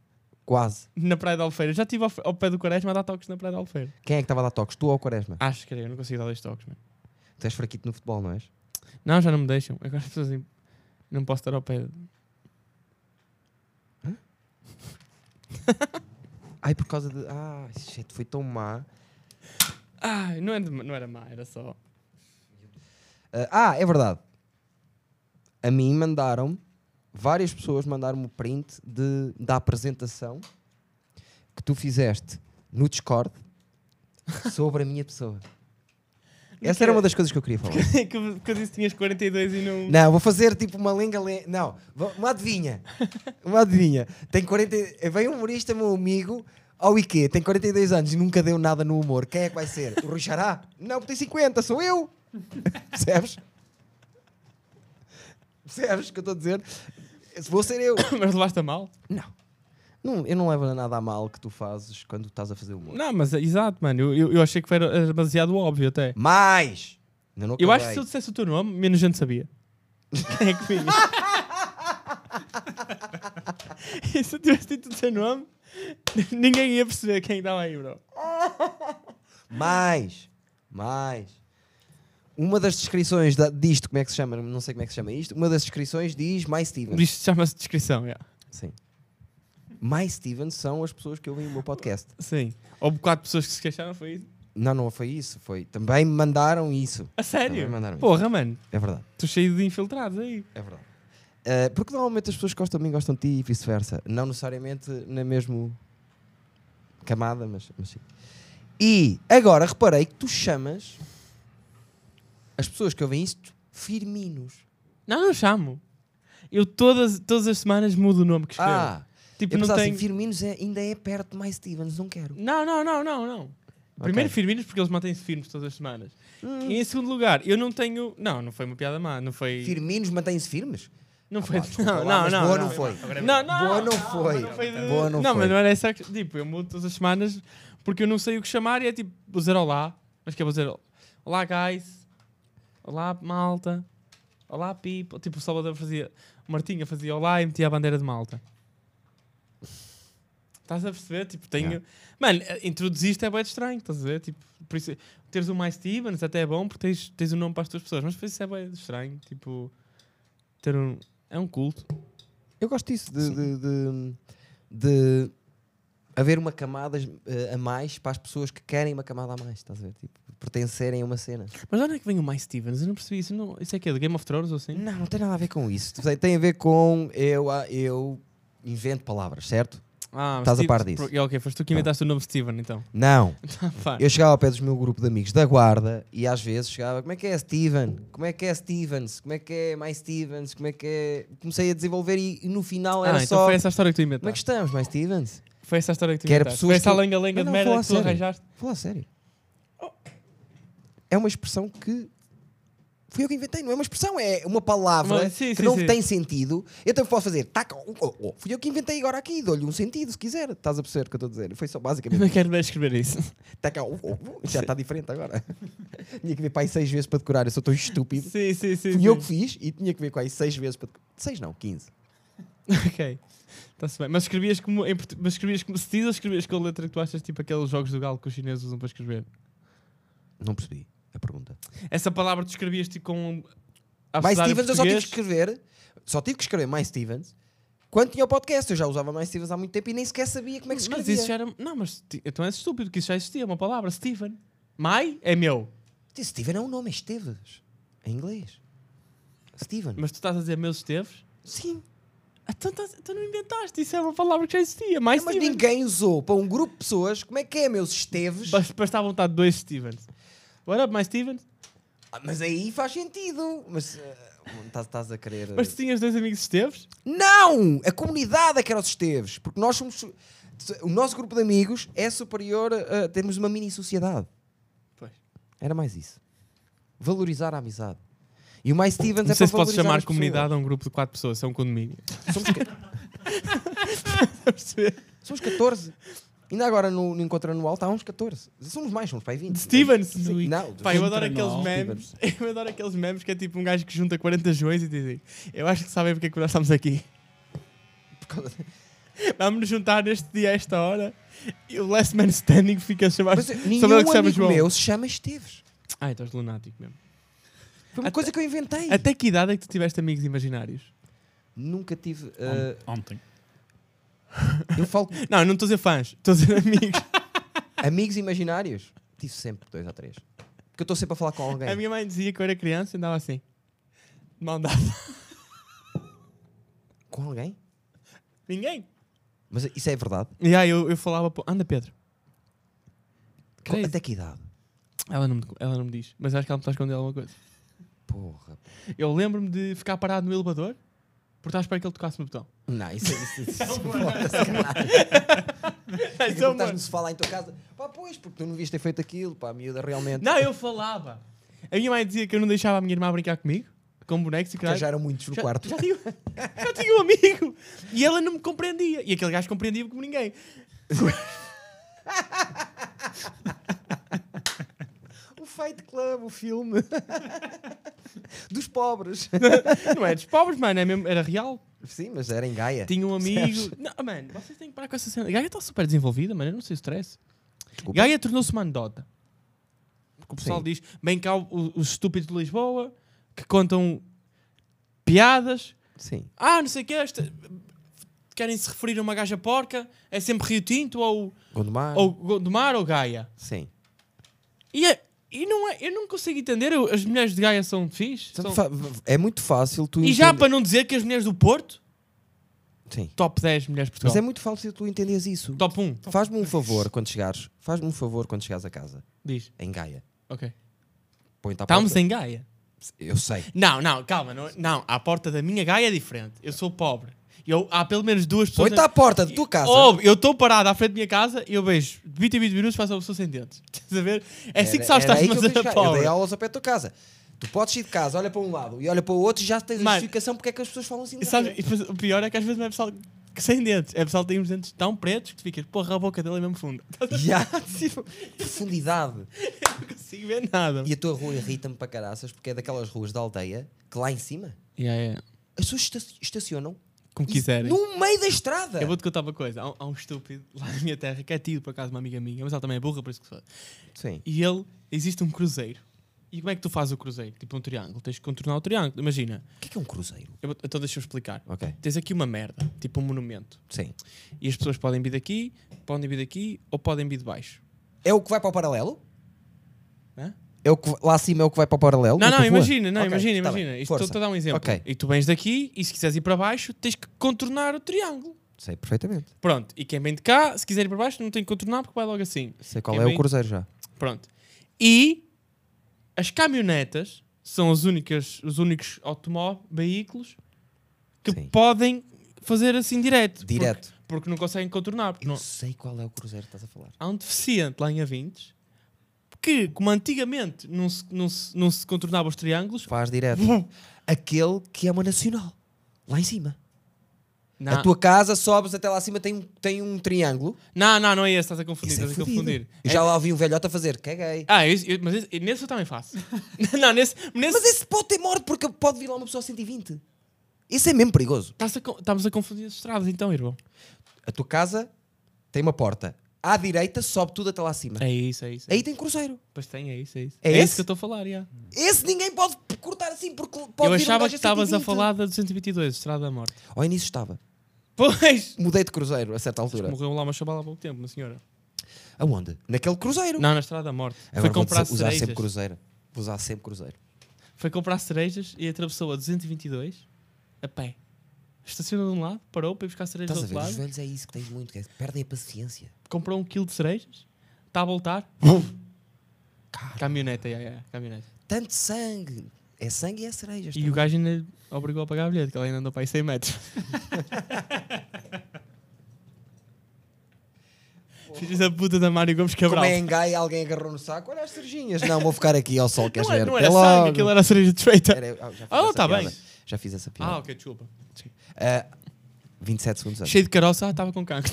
D: Quase.
C: Na praia da Alfeira. Já estive ao, ao pé do Quaresma a dar toques na praia da Alfeira.
D: Quem é que estava a dar toques? Tu ou o Quaresma?
C: Acho que era, eu não consigo dar dois toques, mano.
D: Tu és fraquito no futebol, não és?
C: Não, já não me deixam. Agora as pessoas. im- Não posso estar ao pé.
D: Ai, por causa de. Ah, shit, foi tão má.
C: Ah, não era, não era má, era só.
D: Ah, ah, é verdade. A mim mandaram várias pessoas mandaram-me o print de, da apresentação que tu fizeste no Discord sobre a minha pessoa. Essa era uma das coisas que eu queria falar.
C: que, que eu disse que tinhas 42 e não.
D: Não, vou fazer tipo uma lenga. le- Não, vou- uma adivinha. Uma adivinha. Tem 40. e- Vem um humorista, meu amigo, ao IQ, tem 42 anos e nunca deu nada no humor. Quem é que vai ser? O Rui Xará? Não, porque tem 50, sou eu. Percebes? Percebes o que eu estou a dizer? Se vou ser eu.
C: Mas levaste a mal?
D: Não. não. Eu não levo nada a mal que tu fazes quando estás a fazer humor.
C: Não, mas é- exato, mano. Eu, eu, eu achei que era era demasiado óbvio até.
D: Mais! Ainda não
C: Eu acho que
D: acabei.
C: se eu dissesse o teu nome, menos gente sabia. Quem é que vinha? e se eu tivesse dito o teu nome, ninguém ia perceber quem estava aí, bro.
D: Mais, mais. Uma das descrições da, disto, como é que se chama? Não sei como é que se chama isto. Uma das descrições diz My Stevens.
C: Isto chama-se descrição, yeah.
D: Sim. My Stevens são as pessoas que ouvem o meu podcast.
C: Sim. Houve quatro pessoas que se queixaram, foi isso?
D: Não, não foi isso. Foi. Também me mandaram isso.
C: A
D: Também
C: sério?
D: mandaram isso.
C: Porra, mano.
D: É verdade,
C: Estou cheio de infiltrados aí.
D: é verdade. Eh, porque normalmente as pessoas que gostam de mim gostam de ti e vice-versa. Não necessariamente na mesma camada, mas, mas sim. E agora reparei que tu chamas as pessoas que ouvem isto Firminos.
C: Não, não chamo. Eu todas, todas as semanas mudo o nome que escrevo.
D: Ah,
C: tipo,
D: eu
C: não
D: pensava
C: tenho...
D: assim, Firminos é- ainda é perto de mais Stevens, não quero.
C: Não, não, não, não, não. Primeiro firminos porque eles mantêm-se firmes todas as semanas.
D: Hum.
C: E em segundo lugar, eu não tenho. Não, não foi uma piada má, não foi.
D: Firminos mantém-se firmes?
C: Não
D: Ah,
C: foi.
D: pá, desculpa
C: não,
D: lá,
C: não,
D: mas
C: não.
D: Boa
C: não.
D: não foi.
C: Não, não.
D: Boa não foi.
C: não foi de-
D: Boa não foi.
C: mas é não era essa. que- Tipo, eu mudo todas as semanas porque eu não sei o que chamar e é tipo, vou dizer olá. Mas que é vou dizer olá, guys. Olá, malta. Olá, people. Tipo, o Salvador fazia. o Martinha fazia olá e metia a bandeira de malta. Estás a perceber? Tipo, tenho.
D: Yeah.
C: Mano, eh, introduzir isto é bem estranho, estás a ver? Tipo, por isso, teres o mais Stevens até é bom porque tens, tens o nome para as tuas pessoas, mas por isso é bem estranho. Tipo, ter um. É um culto.
D: Eu gosto disso, de, de, de- de haver uma camada eh, a mais para as pessoas que querem uma camada a mais, estás a ver? Tipo, pertencerem a uma cena.
C: Mas de onde é que vem o mais Stevens? Eu não percebi isso. Não, isso é que é do Game of Thrones ou assim?
D: Não, não tem nada a ver com isso. Tem- Tem a ver com eu, ah, eu invento palavras, certo?
C: Ah, mas
D: Estás a
C: Steve-
D: par disso.
C: Pro- Ok, foste tu que inventaste o nome Steven, então.
D: Não.
C: Tá pá.
D: Eu chegava ao pé do meu grupo de amigos da guarda e às vezes chegava, como é que é Steven? Como é que é Stevens? Como é que é mais Stevens? Como é que é... Comecei a desenvolver e, e no final
C: Ah,
D: era
C: então
D: só...
C: foi essa a história que tu
D: Como é que
C: inventaste.
D: estamos, mais Stevens?
C: Foi essa a história que tu
D: Que era
C: inventaste.
D: pessoas
C: Foi essa
D: que-
C: a lenga-lenga
D: Mas
C: de
D: não,
C: merda
D: fala
C: que tu
D: sério.
C: arranjaste.
D: Vou falar sério. É uma expressão que... Fui eu que inventei, não é uma expressão, é uma palavra
C: Uma- sim,
D: que
C: sim,
D: não
C: sim.
D: tem sentido. Eu também posso fazer, taca, oh, oh, oh. fui eu que inventei agora aqui, dou-lhe um sentido se quiser. Estás a perceber o que eu estou a dizer? Foi só basicamente
C: Não quero bem escrever isso.
D: Taca, uh, uh, uh, já está diferente agora. tinha que ver para aí seis vezes para decorar, eu sou tão estúpido.
C: sim, sim, sim.
D: Fui eu
C: sim.
D: que fiz e tinha que ver quase seis vezes para decorar. Seis não, 15.
C: Ok. Está-se bem. Mas escrevias como, em portu- mas escrevias como Steve ou escrevias com a letra que tu achas tipo aqueles jogos do galo que os chineses usam para escrever?
D: Não percebi a pergunta.
C: Essa palavra tu escrevias tipo com.
D: mais
C: abecedário
D: Stevens eu só tive que
C: Ah, português?
D: escrever. Só tive que escrever mais Stevens. Quando tinha o podcast, eu já usava mais Stevens há muito tempo e nem sequer sabia como é que se
C: Mas
D: escrevia.
C: isso já era. Não, mas ti- então és estúpido que isso já existia, uma palavra. Steven. Mai é meu.
D: Disse, Steven é um nome, é Esteves. Em inglês. Steven.
C: Mas tu estás a dizer meus Esteves?
D: Sim.
C: Então, estás- então não inventaste, isso é uma palavra que já existia. Mais
D: É, Mas
C: Stevens.
D: ninguém usou para um grupo de pessoas. Como é que é, meus Esteves?
C: Bas- Bastava vontade de dois Stevens. What up, mais Stevens?
D: Ah, Mas aí faz sentido. Mas eh, estás a querer.
C: Mas tu tinhas dois amigos Esteves?
D: Não! A comunidade é que era os Esteves. Porque nós somos. su- O nosso grupo de amigos é superior a a termos uma mini sociedade.
C: Pois.
D: Era mais isso. Valorizar a amizade. E o mais Stevens
C: Não
D: é
C: sei
D: para
C: se posso
D: valorizar
C: chamar
D: as
C: comunidade a um grupo de quatro pessoas, é um condomínio.
D: pessoas. Somos, ca- somos 14. Ainda agora no, no encontro anual está uns 14. Somos mais, somos para aí 20.
C: De Stevens?
D: Sim, Não,
C: Pá, eu adoro
E: Contra
C: aqueles
E: nós,
C: memes. Eu adoro aqueles memes que é tipo um gajo que junta 40 joões e dizem: Eu acho que sabem porque é que nós estamos aqui.
D: por causa-
C: Vamos nos juntar neste dia, a esta hora. E o Last Man Standing fica a chamar.
D: Mas eh, é
C: Sabe ele
D: nenhum
C: que se chama
D: amigo
C: João.
D: meu se chama Esteves.
C: Ai, estás lunático mesmo.
D: Foi uma
C: Até-
D: coisa que eu inventei.
C: Até que idade é que tu tiveste amigos imaginários?
D: Nunca tive.
E: Ont-
D: eh,
E: Ontem.
D: eu falo
C: Não, eu não estou a dizer fãs, estou a dizer amigos.
D: Amigos imaginários? Tive sempre dois ou três. Porque eu estou sempre a falar com alguém.
C: A minha mãe dizia que eu era criança e andava assim. De Mão dada.
D: Com alguém?
C: Ninguém.
D: Mas isso é verdade?
C: E aí eu, eu falava, pô, anda Pedro.
D: Co-
C: Crazy.
D: Até que idade?
C: Ela não, me, ela não me diz, mas acho que ela me está a esconder alguma coisa.
D: Porra.
C: Eu lembro-me de ficar parado no elevador porque estava à espera que ele tocasse no botão.
D: Não, isso é. Isso, isso, foda-se, caralho.
C: Então,
D: Fica como estás
C: mano.
D: no sofá lá em tua casa. Pá, pois, porque tu não devias ter feito aquilo, pá, a miúda realmente.
C: Não, eu falava. A minha mãe dizia que eu não deixava a minha irmã brincar comigo, com bonecos e
D: Porque
C: caralho.
D: já eram muitos no
C: Já-
D: quarto.
C: Já, tinha, já tinha um amigo. E ela não me compreendia. E aquele gajo compreendia como ninguém.
D: O Fight Club, o filme. Dos pobres.
C: Não é dos pobres, mano, é mesmo- era real.
D: Sim, mas era em Gaia.
C: Tinha um amigo.
D: Percebes?
C: Não, mano, vocês têm que parar com essa cena. Gaia está super desenvolvida, mano, eu não sei o stress.
D: Desculpa.
C: Gaia tornou-se uma anedota. Porque o pessoal
D: Sim.
C: diz: bem cá o- os estúpidos de Lisboa que contam piadas.
D: Sim.
C: Ah, não sei o que, esta. Querem se referir a uma gaja porca? É sempre Rio Tinto ou,
D: Gondomar.
C: ou Gondomar ou Gaia?
D: Sim.
C: E, é- e não é, eu não consigo entender. eu- as mulheres de Gaia são fixe.
D: Portanto,
C: são-
D: fa- É muito fácil tu
C: E já
D: entender-
C: para não dizer que as mulheres do Porto,
D: Sim.
C: top 10 mulheres de
D: Mas
C: Portugal.
D: é muito fácil tu entenderes isso.
C: Top 1,
D: Faz-me um favor quando chegares. Faz-me um favor quando chegares a casa.
C: diz.
D: Em Gaia.
C: Ok.
D: Põe-te à
C: Estamos
D: porta.
C: em Gaia.
D: Eu sei.
C: Não, não, calma. Não, não, à porta da minha Gaia é diferente. Eu sou pobre. Eu, há pelo menos duas pessoas.
D: Põe-te à porta da tua casa.
C: Óbvio, eu estou parado à frente da minha casa e eu vejo de 20 a 20 minutos faço a pessoa sem dentes. Estás a ver? É assim que sabes que estás
D: Era- era aí
C: uma
D: eu quis
C: cena
D: chegar. Eu dei
C: pobre.
D: aulas ao pé da tua casa. Tu podes ir de casa, olha para um lado e olha para o outro e já tens
C: Mano,
D: a justificação porque é que as pessoas falam assim.
C: E
D: de
C: sabes,
D: Gaia.
C: e depois o pior é que às vezes não é pessoal que sem dentes. É pessoal que tem uns dentes tão pretos que tu ficas, porra, a boca dele é mesmo fundo.
D: Já, tipo, profundidade.
C: Não consigo ver nada.
D: E a tua rua irrita-me para caraças porque é daquelas ruas da aldeia que lá em cima
C: Yeah, yeah.
D: as pessoas esta- estacionam
C: Como
D: e-
C: quiserem.
D: no meio da estrada.
C: Eu vou-te contar uma coisa. Há, um- há um estúpido lá na minha terra que é tio, por acaso, uma amiga minha, mas ela também é burra, por isso que se faz.
D: Sim.
C: E ele, existe um cruzeiro. E como é que tu fazes o cruzeiro? Tipo um triângulo. Tens que contornar o triângulo. Imagina.
D: O que é, que é um cruzeiro?
C: Eu, vou- então deixa eu explicar.
D: Ok.
C: Tens aqui uma merda, tipo um monumento.
D: Sim.
C: E as pessoas podem vir daqui, podem vir daqui ou podem vir de baixo.
D: É o que vai para o paralelo?
C: Hã?
D: É o que, lá acima é o que vai para o
C: Não,
D: paralelo? da
C: não,
D: tua rua?
C: imagina, não,
D: Ok,
C: imagina,
D: tá
C: imagina.
D: bem.
C: Isto
D: Força.
C: estou a dar um exemplo.
D: Ok.
C: E tu vens daqui e se quiseres ir para baixo, tens que contornar o triângulo.
D: Sei perfeitamente.
C: Pronto, e quem vem de cá, se quiser ir para baixo, não tem que contornar porque vai logo assim.
D: Sei qual
C: Quem
D: é
C: vem-
D: o cruzeiro já.
C: Pronto. E as caminhonetas são as únicas, os únicos automóveis, veículos que
D: Sim.
C: podem fazer assim direto.
D: Direto.
C: Porque, porque não conseguem contornar. porque
D: Eu
C: não-
D: sei qual é o cruzeiro que estás a falar.
C: Há um deficiente lá em Avintes que, como antigamente não se, não se, não se contornava os triângulos,
D: Faz direto. Aquele que é uma nacional. Lá em cima.
C: não,
D: A tua casa, sobes até lá acima, tem um, tem um triângulo.
C: não, não, não é esse, estás a confundir.
D: Isso é
C: Estás a
D: fodido.
C: confundir.
D: Eu
C: É-
D: já lá ouvi um velhote a fazer. Caguei.
C: Ah, esse- eu- mas esse- nesse eu também faço. não, nesse. nesse
D: Mas é- esse pode ter morte porque pode vir lá uma pessoa a 120. Isso é mesmo perigoso.
C: estás a con- estamos a confundir as estradas, então, irmão.
D: A tua casa tem uma porta. À direita, sobe tudo até lá acima.
C: É isso, é isso. é
D: Aí tem cruzeiro.
C: Pois tem, é isso, é isso.
D: É
C: É, esse?
D: esse?
C: que eu estou a falar, já.
D: Esse ninguém pode p- cortar assim porque pode vir um
C: eu achava
D: gajo
C: que estavas a
D: 120.
C: falar da 222, Estrada da Morte.
D: Ao início estava.
C: Pois!
D: Mudei de cruzeiro a certa altura.
C: Morreu lá uma chavala há pouco tempo, uma senhora.
D: Aonde? Naquele cruzeiro.
C: Não, na Estrada da Morte.
D: Agora
C: foi
D: vou
C: comprar
D: dizer- usar
C: cerejas.
D: sempre cruzeiro. Vou usar sempre cruzeiro.
C: Foi comprar cerejas e atravessou a 222 a pé. Estacionou de um lado, parou para ir buscar cerejas
D: Estás
C: do
D: a ver?
C: outro lado,
D: Os velhos é isso que tens muito, que é, perdem a paciência.
C: comprou um quilo de cerejas, está a voltar. Caminhoneta, yeah, yeah, caminhoneta.
D: Tanto sangue. É sangue e é cerejas.
C: E o gajo ainda obrigou a pagar a bilhete, que ela ainda andou para aí 100 metros. Filhos da puta da Mário Gomes
D: Como
C: Cabral.
D: é em Gaia, alguém agarrou no saco. Olha as serginhas. Não, vou ficar aqui ao sol, queres
C: Não, era-
D: ver?
C: não
D: Até
C: era
D: logo.
C: sangue, aquilo era cereja de feita.
D: Era- ah, já fiz
C: Ah,
D: essa
C: tá
D: piada.
C: bem.
D: Já fiz essa piada.
C: Ah, ok, desculpa.
D: Ah, 27 segundos antes.
C: Cheio de caroça, ah, estava com cancro.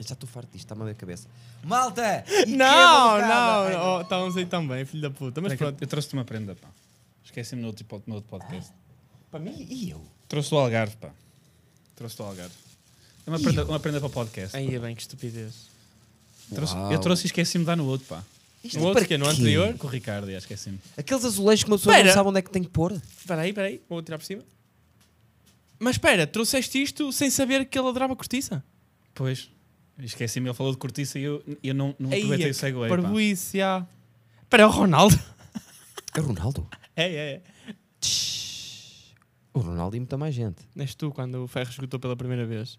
D: Já estou farto disto, está-me a dar a cabeça. Malta! e que
C: não,
D: bocada. Ai,
C: não, oh, estávamos aí também, filho da puta. Mas
E: Mas
C: pronto.
E: eu trouxe-te uma prenda, pá. Esqueci-me no outro, pod- no outro podcast.
D: Para mim e eu?
E: Trouxe do Algarve, pá. Trouxe do Algarve. É uma prenda, uma prenda para o podcast.
C: Aí é bem, que estupidez.
E: Trouxe-
D: Uau.
E: eu trouxe e esqueci-me de dar no outro, pá.
D: Isto é
C: No outro
D: para
C: que no
D: quê?
C: anterior.
E: Com o Ricardo, já esqueci-me.
D: Aqueles azulejos que uma pessoa
C: Espera.
D: não sabe onde é que tem que pôr.
C: Espera aí, espera aí, vou tirar por cima. Mas espera, trouxeste isto sem saber que ele adorava cortiça?
E: Pois. Esqueci-me, ele falou de cortiça e eu, eu não, não
C: Aí
E: aproveitei
C: é
E: o segue.
C: parvoíce, já. Espera, é o Ronaldo?
D: É o Ronaldo.
C: É, é, é.
D: Tsh. O Ronaldo imita mais gente.
C: És tu quando o ferro esgotou pela primeira vez.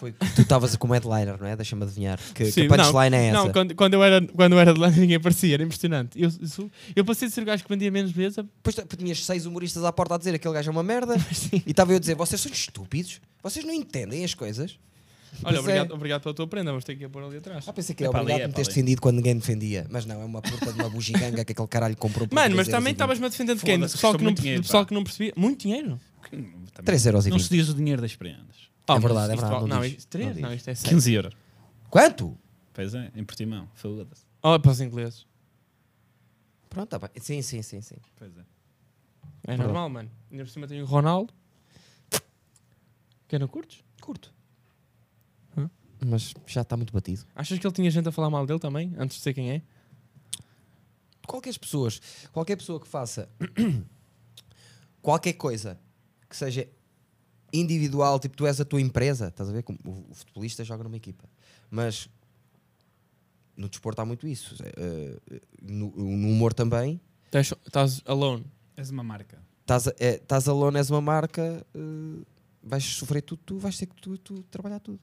D: Foi tu estavas com o headliner, não é? Deixa-me adivinhar. Que,
C: Sim,
D: que punchline é essa?
C: Não, quando, quando eu era, quando eu era de lá ninguém aparecia, era impressionante. Eu, eu, eu passei de ser o gajo que vendia menos vezes a
D: Depois t- tinhas seis humoristas à porta a dizer aquele gajo é uma merda. e estava eu a dizer, vocês são estúpidos? Vocês não entendem as coisas? Pois
C: Olha,
D: é.
C: obrigado, obrigado pela tua prenda, mas tenho que a pôr ali atrás.
D: Já pensei que é
E: É para ali,
D: obrigado
E: é
D: por me
E: para
D: teres
E: ali.
D: defendido quando ninguém me defendia. Mas não, é uma puta de uma bugiganga que aquele caralho comprou por
C: Mano, mas
D: 3,20.
C: também estavas-me a defender de quem? Do
E: Foda-se,
C: pessoal,
E: custou
C: que não,
E: muito dinheiro,
C: do pessoal
E: pá.
C: que não percebia. Muito dinheiro?
E: Também
D: 3 euros e
E: Não se
D: 20.
E: diz o dinheiro das prendas.
D: É
C: mas
D: verdade, é
C: isto
D: verdade,
C: vale-
D: não
C: Não,
D: diz,
C: isto, três?
D: não
C: Não,
D: diz.
C: isto é sério.
E: 15 euros.
D: Quanto?
E: Pois é, em Portimão. Foda-se.
C: Olha para os ingleses.
D: Pronto, tá bem. Sim, sim, sim, sim.
E: Pois é.
C: É normal, mano. Ainda por cima tem o Ronaldo. Que não curtes?
D: Curto.
C: Hã?
D: Mas já está muito batido.
C: Achas que ele tinha gente a falar mal dele também? Antes de ser quem é?
D: qualquer pessoas, qualquer pessoa que faça qualquer coisa que seja individual, tipo tu és a tua empresa, estás a ver como o, o futebolista joga numa equipa, mas no desporto há muito isso, eh, eh, no, no humor também.
C: Tens- Estás alone.
E: És uma marca.
D: Estás a- é, estás alone, és uma marca, eh, vais sofrer tudo, tu vais ter que tu, tu trabalhar tudo.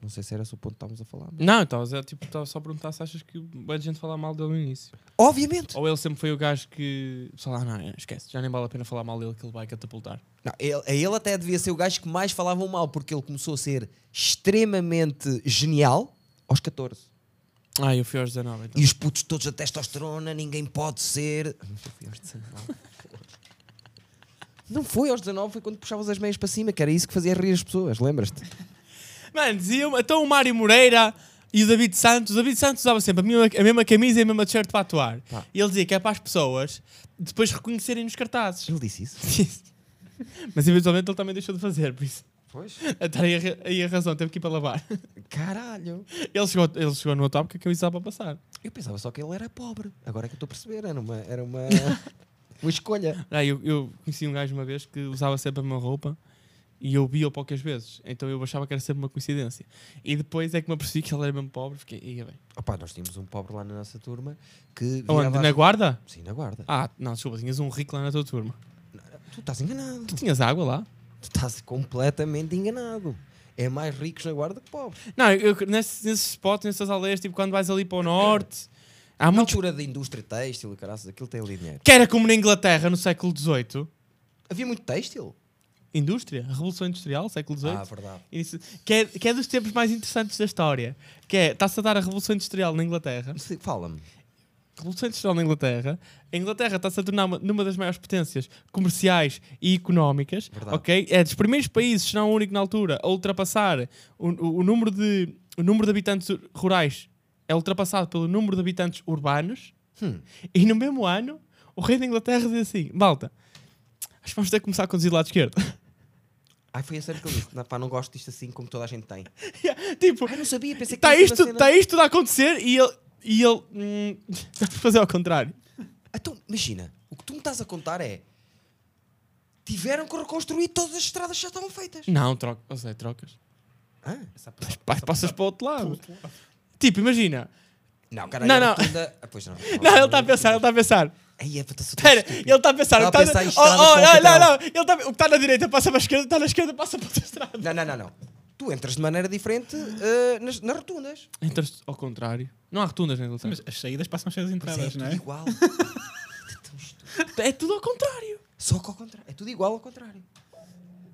D: Não sei se era esse o ponto que estávamos a falar. mas-
C: Não, estavas a, tipo, estava só a perguntar se achas que vai gente falar mal dele no início.
D: Obviamente!
C: Ou ele sempre foi o gajo que. O pessoal, ah, não, esquece, já nem vale a pena falar mal dele que ele vai catapultar.
D: Não, ele, a ele até devia ser o gajo que mais falavam mal, porque ele começou a ser extremamente genial aos 14.
C: Ah, eu fui aos 19. Então.
D: E os putos todos a testosterona, ninguém pode ser. Não foi aos 19. Não foi aos 19, foi quando puxavas as meias para cima, que era isso que fazia rir as pessoas, lembras-te?
C: Mano, diziam então o Mário Moreira e o David Santos. O David Santos usava sempre a mesma, a mesma camisa e a mesma t-shirt para atuar.
D: Pá.
C: E ele dizia que é para as pessoas depois reconhecerem nos cartazes.
D: Ele disse isso?
C: Mas eventualmente ele também deixou de fazer, por isso.
D: Pois.
C: A estar aí a, ra- aí a razão, teve que ir para lavar.
D: Caralho.
C: Ele chegou, ele chegou no top que a camisa estava para passar.
D: Eu pensava só que ele era pobre. Agora é que eu estou a perceber, era uma, era uma, uma escolha.
C: Ah, eu, eu conheci um gajo uma vez que usava sempre a mesma roupa e eu via-o poucas vezes. Então eu achava que era sempre uma coincidência. E depois é que me apercebi que ele era mesmo pobre. Fiquei, ia bem.
D: Opa, nós tínhamos um pobre lá na nossa turma que.
C: Onde?
D: virava as-
C: Na guarda?
D: Sim, na guarda.
C: Ah, não, desculpa, tinhas um rico lá na tua turma.
D: Tu estás enganado.
C: Tu tinhas água lá?
D: Tu estás completamente enganado. É mais ricos na guarda que pobres.
C: Não, eu, eu- nesses, nesses spots, nessas aldeias, tipo quando vais ali para o norte, há
D: Na
C: muitos.
D: altura da Tipo, indústria têxtil, e caraças, aquilo tem ali dinheiro.
C: Que era como na Inglaterra no século XVIII.
D: Havia muito têxtil?
C: Indústria, Revolução Industrial, século XVIII.
D: Ah, verdade.
C: Início- que, é, que é dos tempos mais interessantes da história. Que é, está-se a dar a Revolução Industrial na Inglaterra.
D: Sim, Fala-me.
C: Revolução Industrial na Inglaterra. A Inglaterra está-se a tornar uma, numa das maiores potências comerciais e económicas.
D: Verdade.
C: ok? É dos primeiros países, se não o único na altura, a ultrapassar o, o- o número de, o número de habitantes ur- rurais é ultrapassado pelo número de habitantes urbanos. E no mesmo ano, o rei da Inglaterra diz assim: Malta, acho que vamos ter que começar a conduzir do lado esquerdo.
D: Ai, foi a sério que eu disse. Não, pá, não gosto disto assim como toda a gente tem.
C: tipo,
D: Ai, não sabia, pensei que
C: está
D: tinha sido
C: isto,
D: uma cena-
C: tá isto tudo a acontecer e ele. E ele. Hum, dá para fazer ao contrário.
D: Então, imagina, o que tu me estás a contar é. Tiveram que reconstruir todas as estradas que já estavam feitas.
C: Não, troca, ou seja, trocas.
D: Hã?
C: Pá, passas para o outro lado. Tipo, imagina.
D: Não, caralho,
C: Não,
D: era
C: não.
D: tudo da- Ah, pois não.
C: Não, ele está a pensar, ele está a pensar.
D: Aí é para estar
C: Espera, ele está a pensar.
D: Tá
C: o
D: a
C: que tá
D: pensar em
C: na-
D: estrada
C: Oh, oh,
D: para o
C: não,
D: hospital.
C: não, não. Ele tá- O que está na direita passa para a esquerda, está na esquerda passa para outra estrada.
D: Não, não, não, não. Tu entras de maneira diferente eh, nas, nas rotundas.
C: Entras ao contrário. Não há rotundas na Inglaterra.
E: Mas as saídas passam cheias de
D: Mas é
E: entradas,
D: tudo
E: não é?
D: igual.
C: É tudo ao contrário.
D: Só que ao contrário. É tudo igual ao contrário.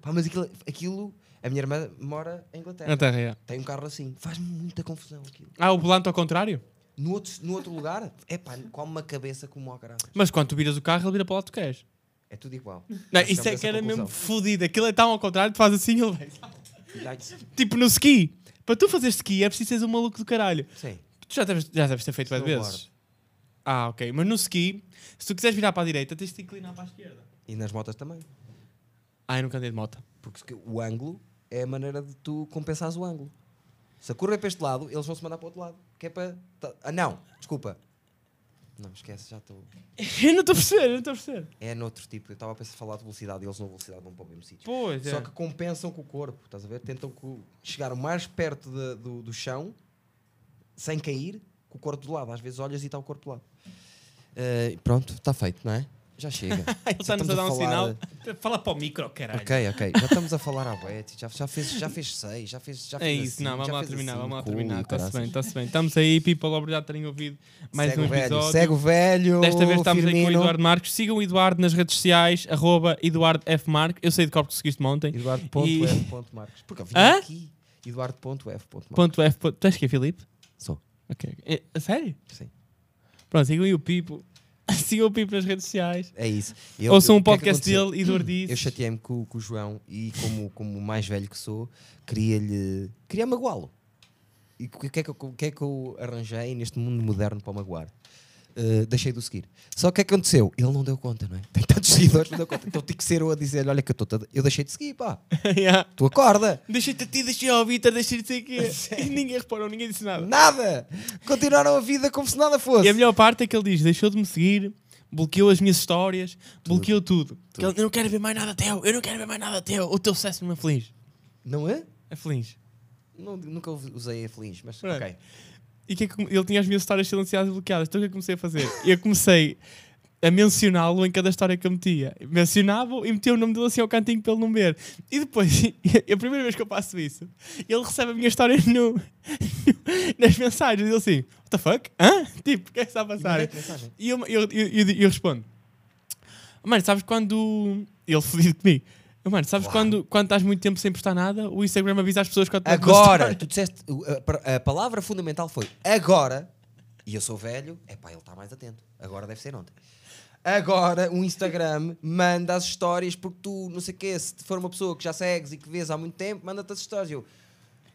D: Pá, mas aquilo, aquilo- A minha irmã mora em Inglaterra.
C: Inglaterra, é.
D: Tem um carro assim. Faz-me muita confusão aquilo.
C: Ah, o volante ao contrário?
D: No outro, no outro lugar, é pá, come uma cabeça como ao caralho.
C: Mas quando tu viras o carro, ele vira para o lado que tu queres.
D: É tudo igual.
C: Não,
D: Acho
C: isso é
D: essa
C: que era
D: conclusão.
C: mesmo fodido. Aquilo é tão ao contrário, tu faz assim e ele vai.
D: Cuidado.
C: Tipo no ski. Para tu fazer ski é preciso seres um maluco do caralho.
D: Sim.
C: Tu já deves, já deves ter feito várias
D: Snowboard.
C: vezes. Ah, ok. Mas no ski, se tu quiseres virar para a direita, tens de te inclinar para a esquerda.
D: E nas motas também.
C: Ah, eu nunca andei de moto.
D: Porque se- o ângulo é a maneira de tu compensares o ângulo. Se a curva é para este lado, eles vão se mandar para o outro lado. Que é para. tá- Ah, não! Desculpa. Não, esquece, já estou.
C: Eu não estou a perceber, eu não estou a perceber.
D: É noutro tipo. Eu estava a pensar em falar de velocidade e eles na velocidade vão para o mesmo sítio.
C: Pois, é.
D: Só que compensam com o corpo, estás a ver? Tentam co- chegar o mais perto da- do, do chão, sem cair, com o corpo de lado. Às vezes olhas e está o corpo de lado. Eh, pronto, está feito, não é? Já chega.
C: Ele
D: Já
C: está-nos a
D: estamos
C: dar um
D: falar-
C: sinal.
E: Fala para o micro, caralho.
D: Ok, ok. Já estamos a falar à Betty. Já, já, fez, já fez seis, já fez. Já
C: É
D: fez
C: isso,
D: assim,
C: não,
D: já
C: vamos lá
D: fez
C: terminar,
D: assim,
C: vamos lá
D: cool,
C: terminar. Está-se
D: caraças.
C: bem, está-se bem. Estamos aí, people, obrigado por terem ouvido mais
D: segue
C: um
D: o
C: episódio.
D: velho, segue o velho.
C: Desta vez estamos
D: Firmino.
C: aí com o Eduardo Marques. Sigam o Eduardo nas redes sociais, arroba Eduardo F. Marques. Eu sei de corpo que seguiste ontem.
D: Eduardo
C: E-
D: ponto F ponto Marques. Porque eu vim
C: Hã?
D: aqui. Eduardo ponto F ponto Marques.
C: Ponto F. Ponto... Tu és que é Filipe?
D: Sou.
C: Ok. É, a sério?
D: Sim.
C: Pronto, sigam aí o Pipo. sigam o Pipo nas redes sociais.
D: É isso. Eu,
C: Eu, Ouçam
D: eu-
C: um
D: o que é que
C: podcast
D: aconteceu?
C: dele e do Ordiz.
D: Eu chateei-me com, com o João e, como, como o mais velho que sou, queria-lhe. queria magoá-lo. E o que, é que, eu- o que é que eu arranjei neste mundo moderno para o magoar? Uh, deixei de o seguir. Só que o que é que aconteceu? Ele não deu conta, não é? Tem tantos seguidores, não deu conta. Então tenho que ser eu a dizer-lhe: olha, que eu, tô, toda- eu deixei de seguir, pá.
C: Yeah.
D: Tu acorda.
C: Deixei-te a ti, deixei ao Vitor, deixei-te a quê? E ninguém reparou, ninguém disse nada.
D: Nada! Continuaram a vida como se nada fosse.
C: E a melhor parte é que ele diz: deixou de me seguir, bloqueou as minhas histórias, bloqueou tudo. Que ele, eu não quero ver mais nada teu, eu não quero ver mais nada teu. O teu sucesso me aflige.
D: Não é?
C: Aflige.
D: Não- nunca usei a feliz, mas
C: Pronto.
D: ok.
C: E o que é que come- ele tinha as minhas histórias silenciadas e bloqueadas. Então o que é que comecei a fazer? Eu comecei a mencioná-lo em cada história que eu metia. Mencionava-o e metia o nome dele assim ao cantinho para ele não ver. E depois, a primeira vez que eu faço isso, ele recebe a minha história no, nas mensagens. Ele assim, what the fuck? Hã? Tipo, o que é que está a passar?
D: Mandei-te mensagem.
C: E eu, eu, eu, eu, eu respondo: Mano, sabes quando. Ele fodido comigo. Eu, Mano, sabes quando, quando estás muito tempo sem postar nada? O Instagram avisa as pessoas que eu te meto uma
D: Agora,
C: story.
D: tu disseste, uh, a pra- a palavra fundamental foi agora, e eu sou velho, é pá, ele está mais atento. Agora deve ser ontem. Agora o Instagram manda as histórias porque tu, não sei o quê, se for uma pessoa que já segues e que vês há muito tempo, manda-te as histórias. Eu,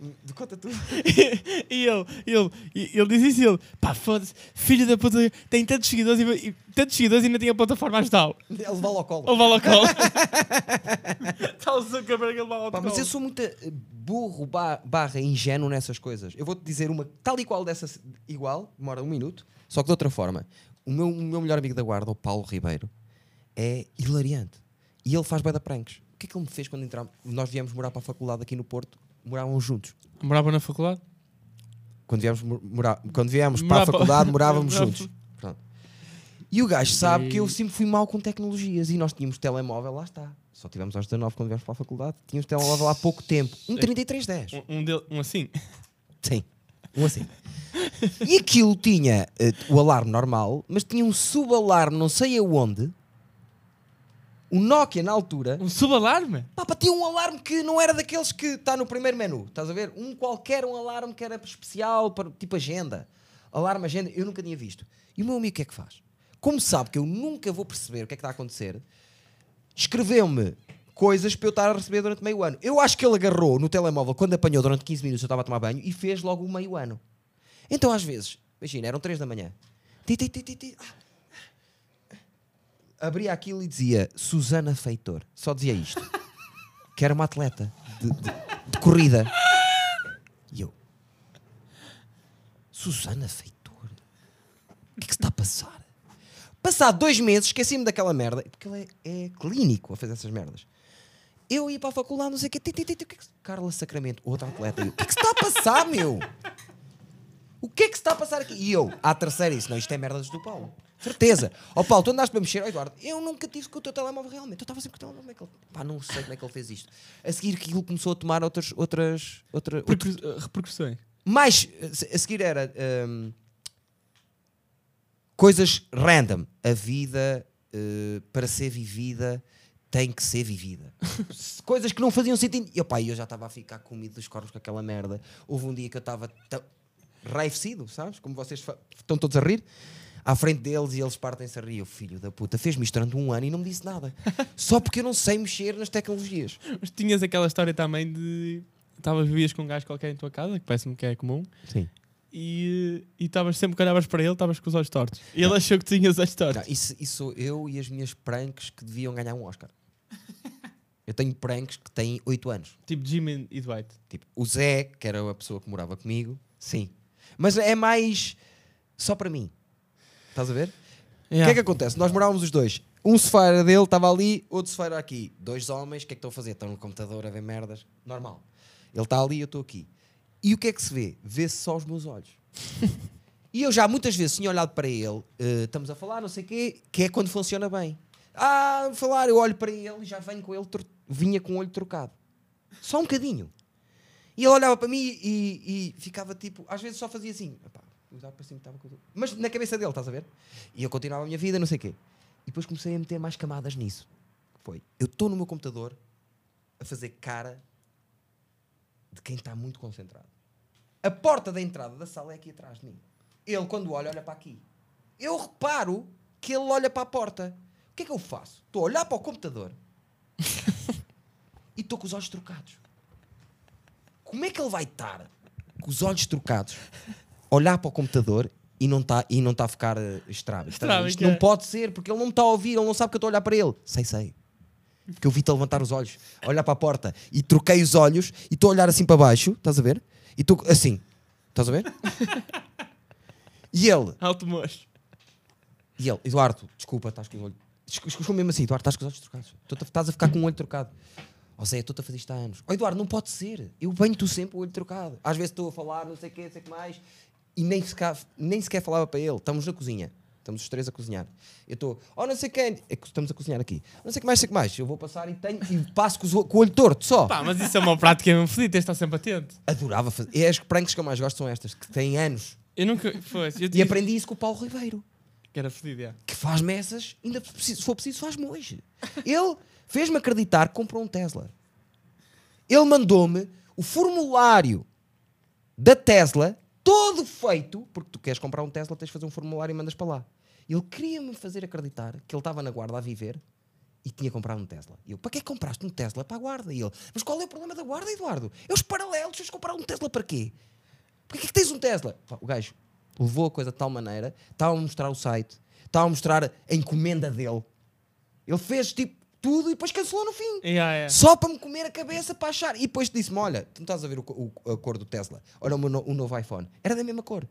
D: "Hum, de conta tu.
C: e ele, ele, e- ele diz isso: ele, pá, foda-se, filho da puta, tem tantos seguidores e, e tantos seguidores e ainda tem a plataforma a ajudá-lo.
D: Ele levá-lo É ao colo.
C: Ou vale ao colo. Está Tá o Zuckerberg, ele vale ao
D: Pá,
C: colo.
D: mas eu sou muito eh, burro ba- barra ingênuo nessas coisas. Eu vou-te dizer uma tal e qual dessa, igual, demora um minuto, só que de outra forma. O meu, o meu melhor amigo da guarda, o Paulo Ribeiro, é hilariante. E ele faz bué da pranks. O que é que ele me fez quando entramos? Nós viemos morar para a faculdade aqui no Porto, morávamos juntos.
C: Morava na faculdade?
D: Quando viemos, mor- morar, quando viemos para
C: Morar
D: a
C: para-
D: faculdade, morávamos
C: Morava-
D: juntos. Pronto. E o gajo sabe que eu sempre fui mal com tecnologias e nós tínhamos telemóvel, lá está. Só tivemos aos 19 quando viemos para a faculdade, tínhamos telemóvel há pouco tempo. Um 3310.
C: Um, um, dele, um assim.
D: Sim. Um assim. E aquilo tinha eh, o alarme normal, mas tinha um subalarme não sei aonde. O Nokia na altura.
C: Um subalarme?
D: Pá, pá, tinha um alarme que não era daqueles que está no primeiro menu. Estás a ver? Um qualquer, um alarme que era especial, para, tipo agenda. Alarme, agenda. Eu nunca tinha visto. E o meu amigo o que é que faz? Como sabe que eu nunca vou perceber o que é que está a acontecer, escreveu-me coisas para eu estar a receber durante meio ano. Eu acho que ele agarrou no telemóvel quando apanhou durante 15 minutos, eu estava a tomar banho e fez logo o meio ano. Então, às vezes, imagina, eram 3 da manhã. Ti, ti, ti, ti, ti. Ah. Abria aquilo e dizia Susana Feitor. Só dizia isto. que era uma atleta de, de- de corrida. E eu. Susana Feitor? O que é que se está a passar? Passado dois meses, esqueci-me daquela merda. Porque ele é, é clínico a fazer essas merdas. Eu ia para a faculdade, não sei o quê. ti, ti, ti, ti, o que é que se- Carla Sacramento, outra atleta. Eu, o que é que se está a passar, meu? O que é que se está a passar aqui? E eu, à terceira, disse: Não, isto é merdas do Paulo. Certeza. Ó Paulo, tu andaste para mexer. Ó Eduardo, eu nunca tive com o teu telemóvel realmente. Eu estava sempre com o telemóvel. Como é que ele... Pá, não sei como é que ele fez isto. A seguir, aquilo começou a tomar outras. outras, outra, outro-
C: Percu- uh, repercussões.
D: mais a seguir era hum, coisas random. A vida eh, para ser vivida tem que ser vivida. S- coisas que não faziam sentido. E opá, eu já estava a ficar comido dos corvos com aquela merda. Houve um dia que eu estava tão raivecido, sabes? Como vocês fa- estão todos a rir. À frente deles e eles partem-se a rir. Eu, filho da puta, fez-me isto durante um ano e não me disse nada. Só porque eu não sei mexer nas tecnologias.
C: Mas tinhas aquela história também de. Estavas vivias com um gajo qualquer em tua casa, que parece-me que é comum,
D: Sim.
C: e eh, e estavas sempre que olhavas para ele, estavas com os olhos tortos. E ele achou que tinhas os olhos
D: Não,
C: tortos.
D: isso, isso sou eu e as minhas pranks que deviam ganhar um Oscar. Eu tenho pranks que têm 8 anos.
C: Tipo Jimmy e Dwight.
D: Tipo, o Zé, que era a pessoa que morava comigo, sim. Mas é mais só para mim. Estás a ver? O que é que acontece? Nós morávamos os dois. Um sofá era dele, estava ali, outro sofá era aqui. Dois homens, o que é que estão a fazer? Estão no computador a ver merdas. Normal. Ele está ali, eu estou aqui. E o que é que se vê? Vê-se só os meus olhos. e eu já muitas vezes tinha olhado para ele, eh, estamos a falar, não sei o quê, que é quando funciona bem. Ah, falar, eu olho para ele e já venho com ele, tro- vinha com o olho trocado. Só um bocadinho. E ele olhava para mim e, e ficava tipo, às vezes só fazia assim, epá, eu dava para cima, estava com o- mas na cabeça dele, estás a ver? E eu continuava a minha vida, não sei o quê. E depois comecei a meter mais camadas nisso. Foi, eu estou no meu computador a fazer cara de quem está muito concentrado. A porta da entrada da sala é aqui atrás de mim. Ele, quando olha, olha para aqui. Eu reparo que ele olha para a porta. O que é que eu faço? Estou a olhar para o computador e estou com os olhos trocados. Como é que ele vai estar com os olhos trocados, olhar para o computador e não está e não tá a ficar eh, estrábico? Tá a
C: Estrábico,
D: ver? Isto
C: é.
D: não pode ser, porque ele não me está a ouvir, ele não sabe que eu estou a olhar para ele. Sei, sei. Porque eu vi-te a levantar os olhos, a olhar para a porta e troquei os olhos e estou a olhar assim para baixo, estás a ver? E estou assim, estás a ver? E ele,
C: Alto mocho.
D: e ele, Eduardo, desculpa, estás com o olho. Escutou mesmo assim, Eduardo, estás com os olhos trocados. Tu tá- Estás a ficar com o olho trocado. Ou seja, estou-te a fazer isto há anos. Oh, Eduardo, não pode ser. Eu banho-te sempre o olho trocado. Às vezes estou a falar, não sei o quê, não sei o que mais. E nem sequer, nem sequer falava para ele. Estamos na cozinha. Estamos os três a cozinhar. Eu estou, oh, não sei quem. é que Estamos a cozinhar aqui. Não sei o que mais, sei o que mais. Eu vou passar e tenho. E passo com, os o- com o olho torto só.
C: Pá, mas isso é uma prática mesmo fodida, tens de estar sempre atento.
D: Adorava fazer. E é as pranks que eu mais gosto são estas, que têm anos.
C: Eu nunca. Foi, eu
D: E
C: tinha-
D: aprendi isso com o Paulo Ribeiro.
C: Que era fodido, é.
D: que faz messas, ainda preciso- se for preciso, faz-me hoje. Ele fez-me acreditar que comprou um Tesla. Ele mandou-me o formulário da Tesla todo feito, porque tu queres comprar um Tesla, tens de fazer um formulário e mandas para lá. Ele queria-me fazer acreditar que ele estava na guarda a viver e tinha comprado um Tesla. E eu, para que é que compraste um Tesla para a guarda? E ele, mas qual é o problema da guarda, Eduardo? É os paralelos, vais comprar um Tesla para quê? Porquê que é que tens um Tesla? Pá, o gajo levou a coisa de tal maneira, estava a mostrar o site, estava a mostrar a encomenda dele. Ele fez tipo tudo e depois cancelou no fim.
C: Yeah, yeah.
D: Só para me comer a cabeça para achar. E depois disse-me: Olha, tu não estás a ver o, co- o- a cor do Tesla. Olha o, meu no- o novo iPhone. Era da mesma cor.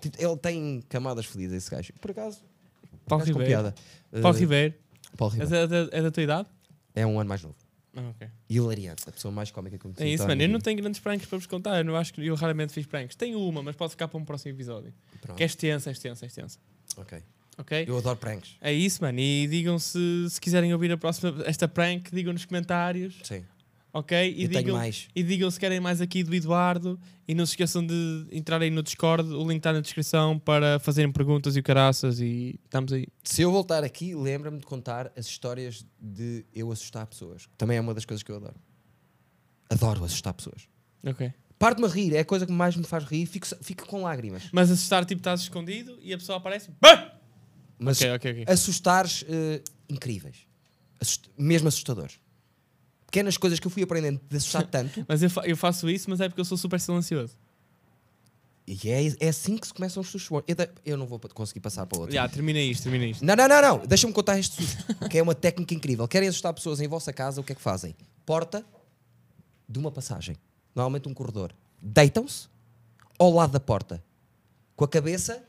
D: Tipo, ele tem camadas fodidas, esse gajo. Por acaso,
C: Paulo
D: gajo com
C: Ribeiro.
D: piada.
C: Paulo
D: Eh,
C: Ribeiro.
D: Paulo
C: É
D: Ribeiro.
C: da, da- é da tua idade?
D: É um ano mais novo.
C: Ah, ok.
D: Hilariante, a pessoa mais cómica que eu conheci.
C: É isso,
D: Então,
C: mano. Eu
D: amigo.
C: não tenho grandes pranks para vos contar. Eu, não acho que, eu raramente fiz pranks. Tenho uma, mas pode ficar para um próximo episódio.
D: Pronto,
C: Que é extensa, é extensa, é extensa.
D: ok.
C: Ok?
D: Eu adoro pranks.
C: É isso, mano. E digam se, se quiserem ouvir a próxima, esta prank, digam nos comentários.
D: Sim.
C: Ok? E
D: eu tenho
C: digam,
D: mais.
C: e digam se querem mais aqui do Eduardo. E não se esqueçam de entrarem no Discord. O link está na descrição para fazerem perguntas e o caraças. E estamos aí.
D: Se eu voltar aqui, lembra-me de contar as histórias de eu assustar pessoas. Também é uma das coisas que eu adoro. Adoro assustar pessoas.
C: Ok.
D: Parte-me a rir, é a coisa que mais me faz rir. Fico, fico com lágrimas.
C: Mas assustar, tipo, estás escondido e a pessoa aparece. BAM!
D: Mas
C: Ok, ok, ok.
D: assustares eh, incríveis. Assust- mesmo assustadores. Pequenas coisas que eu fui aprendendo de assustar tanto.
C: Mas eu, fa- eu faço isso, mas é porque eu sou super silencioso.
D: E é, é assim que se começam os sustos. Eu, da- eu não vou pa- conseguir passar para outro.
C: Já, termina isto, termina isto.
D: Não, não, não, não. Deixa-me contar este susto, que é uma técnica incrível. Querem assustar pessoas em vossa casa, o que é que fazem? Porta de uma passagem, normalmente um corredor. Deitam-se ao lado da porta, com a cabeça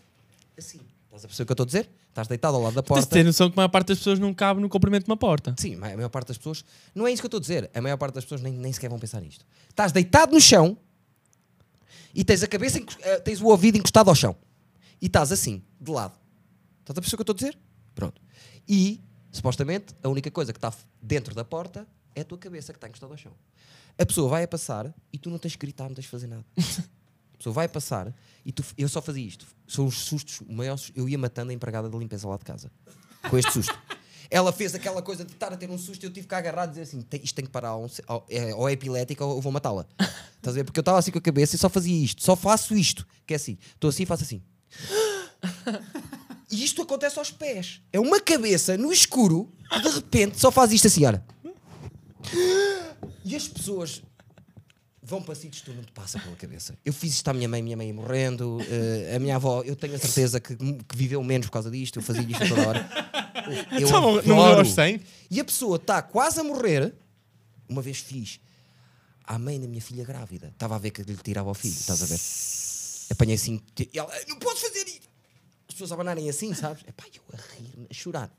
D: assim. Estás a perceber o que eu estou a dizer? Estás deitado ao lado da
C: Tens de ter
D: porta.
C: noção que a maior parte das pessoas não cabe no comprimento de uma porta.
D: Sim, mas a maior parte das pessoas. Não é isso que eu estou a dizer. A maior parte das pessoas nem, nem sequer vão pensar nisto. Estás deitado no chão e tens a cabeça, encos- eh, tens o ouvido encostado ao chão. E estás assim, de lado. Estás a perceber o que eu estou a dizer? Pronto. E, supostamente, a única coisa que está f- dentro da porta é a tua cabeça que está encostada ao chão. A pessoa vai a passar e tu não tens de gritar, não tens de fazer nada. A pessoa vai a passar e tu, eu só fazia isto. São os sustos maiores. Eu ia matando a empregada da limpeza lá de casa com este susto. Ela fez aquela coisa de estar a ter um susto e eu tive que agarrar e dizer assim: "Tem- isto tem que parar, ou, um se- ou é, ou é epilética ou eu vou matá-la. Estás a ver? Porque eu estava assim com a cabeça e só fazia isto, só faço isto, que é assim: estou assim e faço assim. E isto acontece aos pés. É uma cabeça no escuro que de repente só faz isto assim, olha. E as pessoas vão para sítios que tu não te passa pela cabeça. Eu fiz isto à minha mãe, minha mãe ia morrendo, eh, a minha avó, eu tenho a certeza que, que viveu menos por causa disto, eu fazia isto a toda hora. Eu
C: Só Então, não- não morreu
D: adoro.
C: aos 100?
D: E a pessoa está quase a morrer. Uma vez fiz à mãe da minha filha grávida, estava a ver que lhe tirava o filho, estás a ver? Apanhei assim, e ela, não podes fazer isto! As pessoas a abanarem assim, sabes? Epá, eu a rir, a chorar.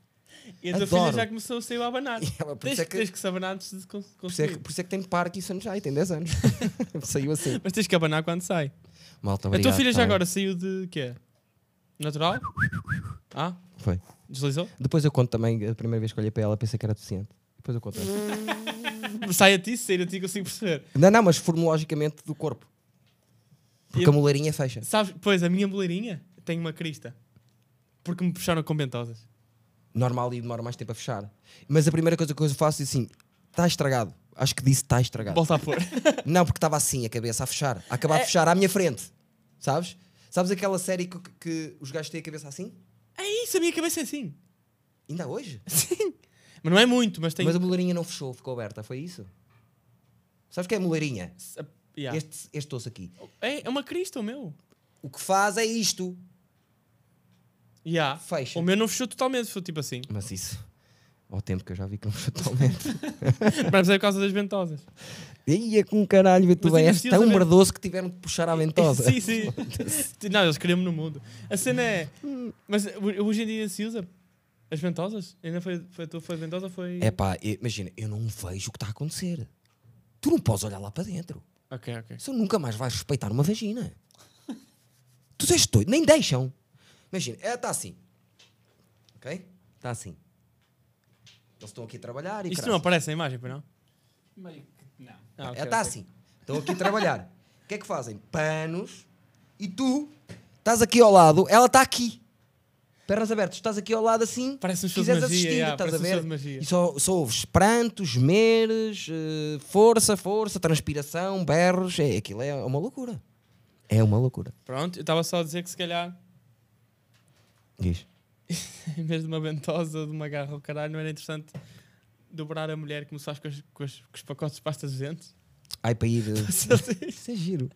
C: E a tua
D: Adoro.
C: filha já começou a sair a abanar.
D: E ela, por
C: tens,
D: isso é que-
C: tens que se abanar antes de cons-
D: Por isso, é
C: consumir.
D: que, por isso é que tem Parkinson já e tem 10 anos. Saiu assim.
C: Mas tens que abanar quando sai.
D: Malta,
C: a tua filha já
D: tá bem?
C: agora saiu de quê? Natural? Ah?
D: Foi.
C: Deslizou?
D: Depois eu conto também, a primeira vez que olhei para ela, pensei que era deficiente. Depois eu conto.
C: Sai a ti, sai a ti, consigo perceber.
D: não, não, mas formologicamente do corpo. Porque
C: Eu-
D: a moleirinha fecha.
C: Sabes, pois, a minha boleirinha tem uma crista. Porque me puxaram com ventosas.
D: Normal e demora mais tempo a fechar. Mas a primeira coisa que eu faço é assim: está estragado. Acho que disse está estragado.
C: Volta a pôr.
D: Não, porque estava assim a cabeça a fechar, a
C: É.
D: acabar de fechar à minha frente. Sabes? Sabes aquela série que, que- que os gajos têm a cabeça assim?
C: é isso, a minha cabeça é assim.
D: Ainda hoje?
C: Sim. Mas não é muito, mas tem.
D: Mas a moleirinha não fechou, ficou aberta, foi isso? Sabes o que é a moleirinha?
C: Yeah.
D: Este, este osso aqui.
C: É, é uma crista, o meu.
D: O que faz é isto.
C: Yeah.
D: Fecha.
C: O meu não fechou totalmente, fechou tipo assim.
D: Mas isso. Ao tempo que eu já vi que não fechou totalmente.
C: Mas é por causa das ventosas.
D: Ia com um caralho, vê tu
C: Mas
D: bem.
C: ainda
D: És
C: precisas
D: tão
C: de ver-
D: merdoso que tiveram que puxar à ventosa.
C: Sim, sim. não, eles queriam-me no mundo. A cena é. Mas ho- hoje em dia se usa as ventosas? Ainda foi, foi a tua foi ventosa ou foi.
D: É pá, imagina, eu não vejo o que está a acontecer. Tu não podes olhar lá para dentro.
C: Ok, ok.
D: Isso nunca mais vais respeitar uma vagina. tu és doido, nem deixam. Imagina, ela está assim. Ok? Está assim. Eles estão aqui a trabalhar e
C: Isto não
D: caraças.
C: aparece na imagem, pois não?
E: Meio que não.
C: Ah, ok,
D: ela está
C: ok.
D: assim. Estão aqui a trabalhar. O que é que fazem? Panos. E tu estás aqui ao lado, ela está aqui. Pernas abertas, estás aqui ao lado assim.
C: Parece um
D: se
C: show de
D: quiseres
C: magia,
D: assistir,
C: yeah,
D: estás a
C: parece um
D: ver?
C: show de magia.
D: E só, só ouves prantos, meres, eh, força, força, transpiração, berros. É, aquilo é uma loucura. É uma loucura.
C: Pronto, eu estava só a dizer que se calhar,
D: Diz.
C: em vez de uma ventosa ou de uma garra ao caralho, não era interessante dobrar a mulher como se faz com, as- com as- com os pacotes de pastas de dentes. assim?
D: Ai, para ir. eh, Isso é giro.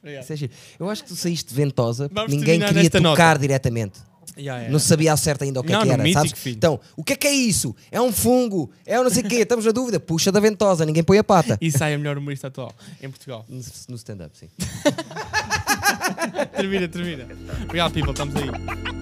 C: Obrigado.
D: Isso é giro. Eu acho que tu saíste de ventosa porque
C: Vamos
D: ninguém
C: terminar
D: queria
C: nesta
D: tocar
C: nota.
D: diretamente.
C: Yeah, yeah.
D: Não sabia ao certo ainda o que, é
C: Não,
D: que
C: no
D: era,
C: Mítico,
D: sabes?
C: filho.
D: Então, o que é que é isso? É um fungo? É um não sei o quê? Estamos na dúvida. Puxa da ventosa, ninguém põe a pata.
C: E sai a é melhor humorista atual em Portugal.
D: No, no stand-up, sim.
C: Termina, termina. Obrigado, people. Estamos aí.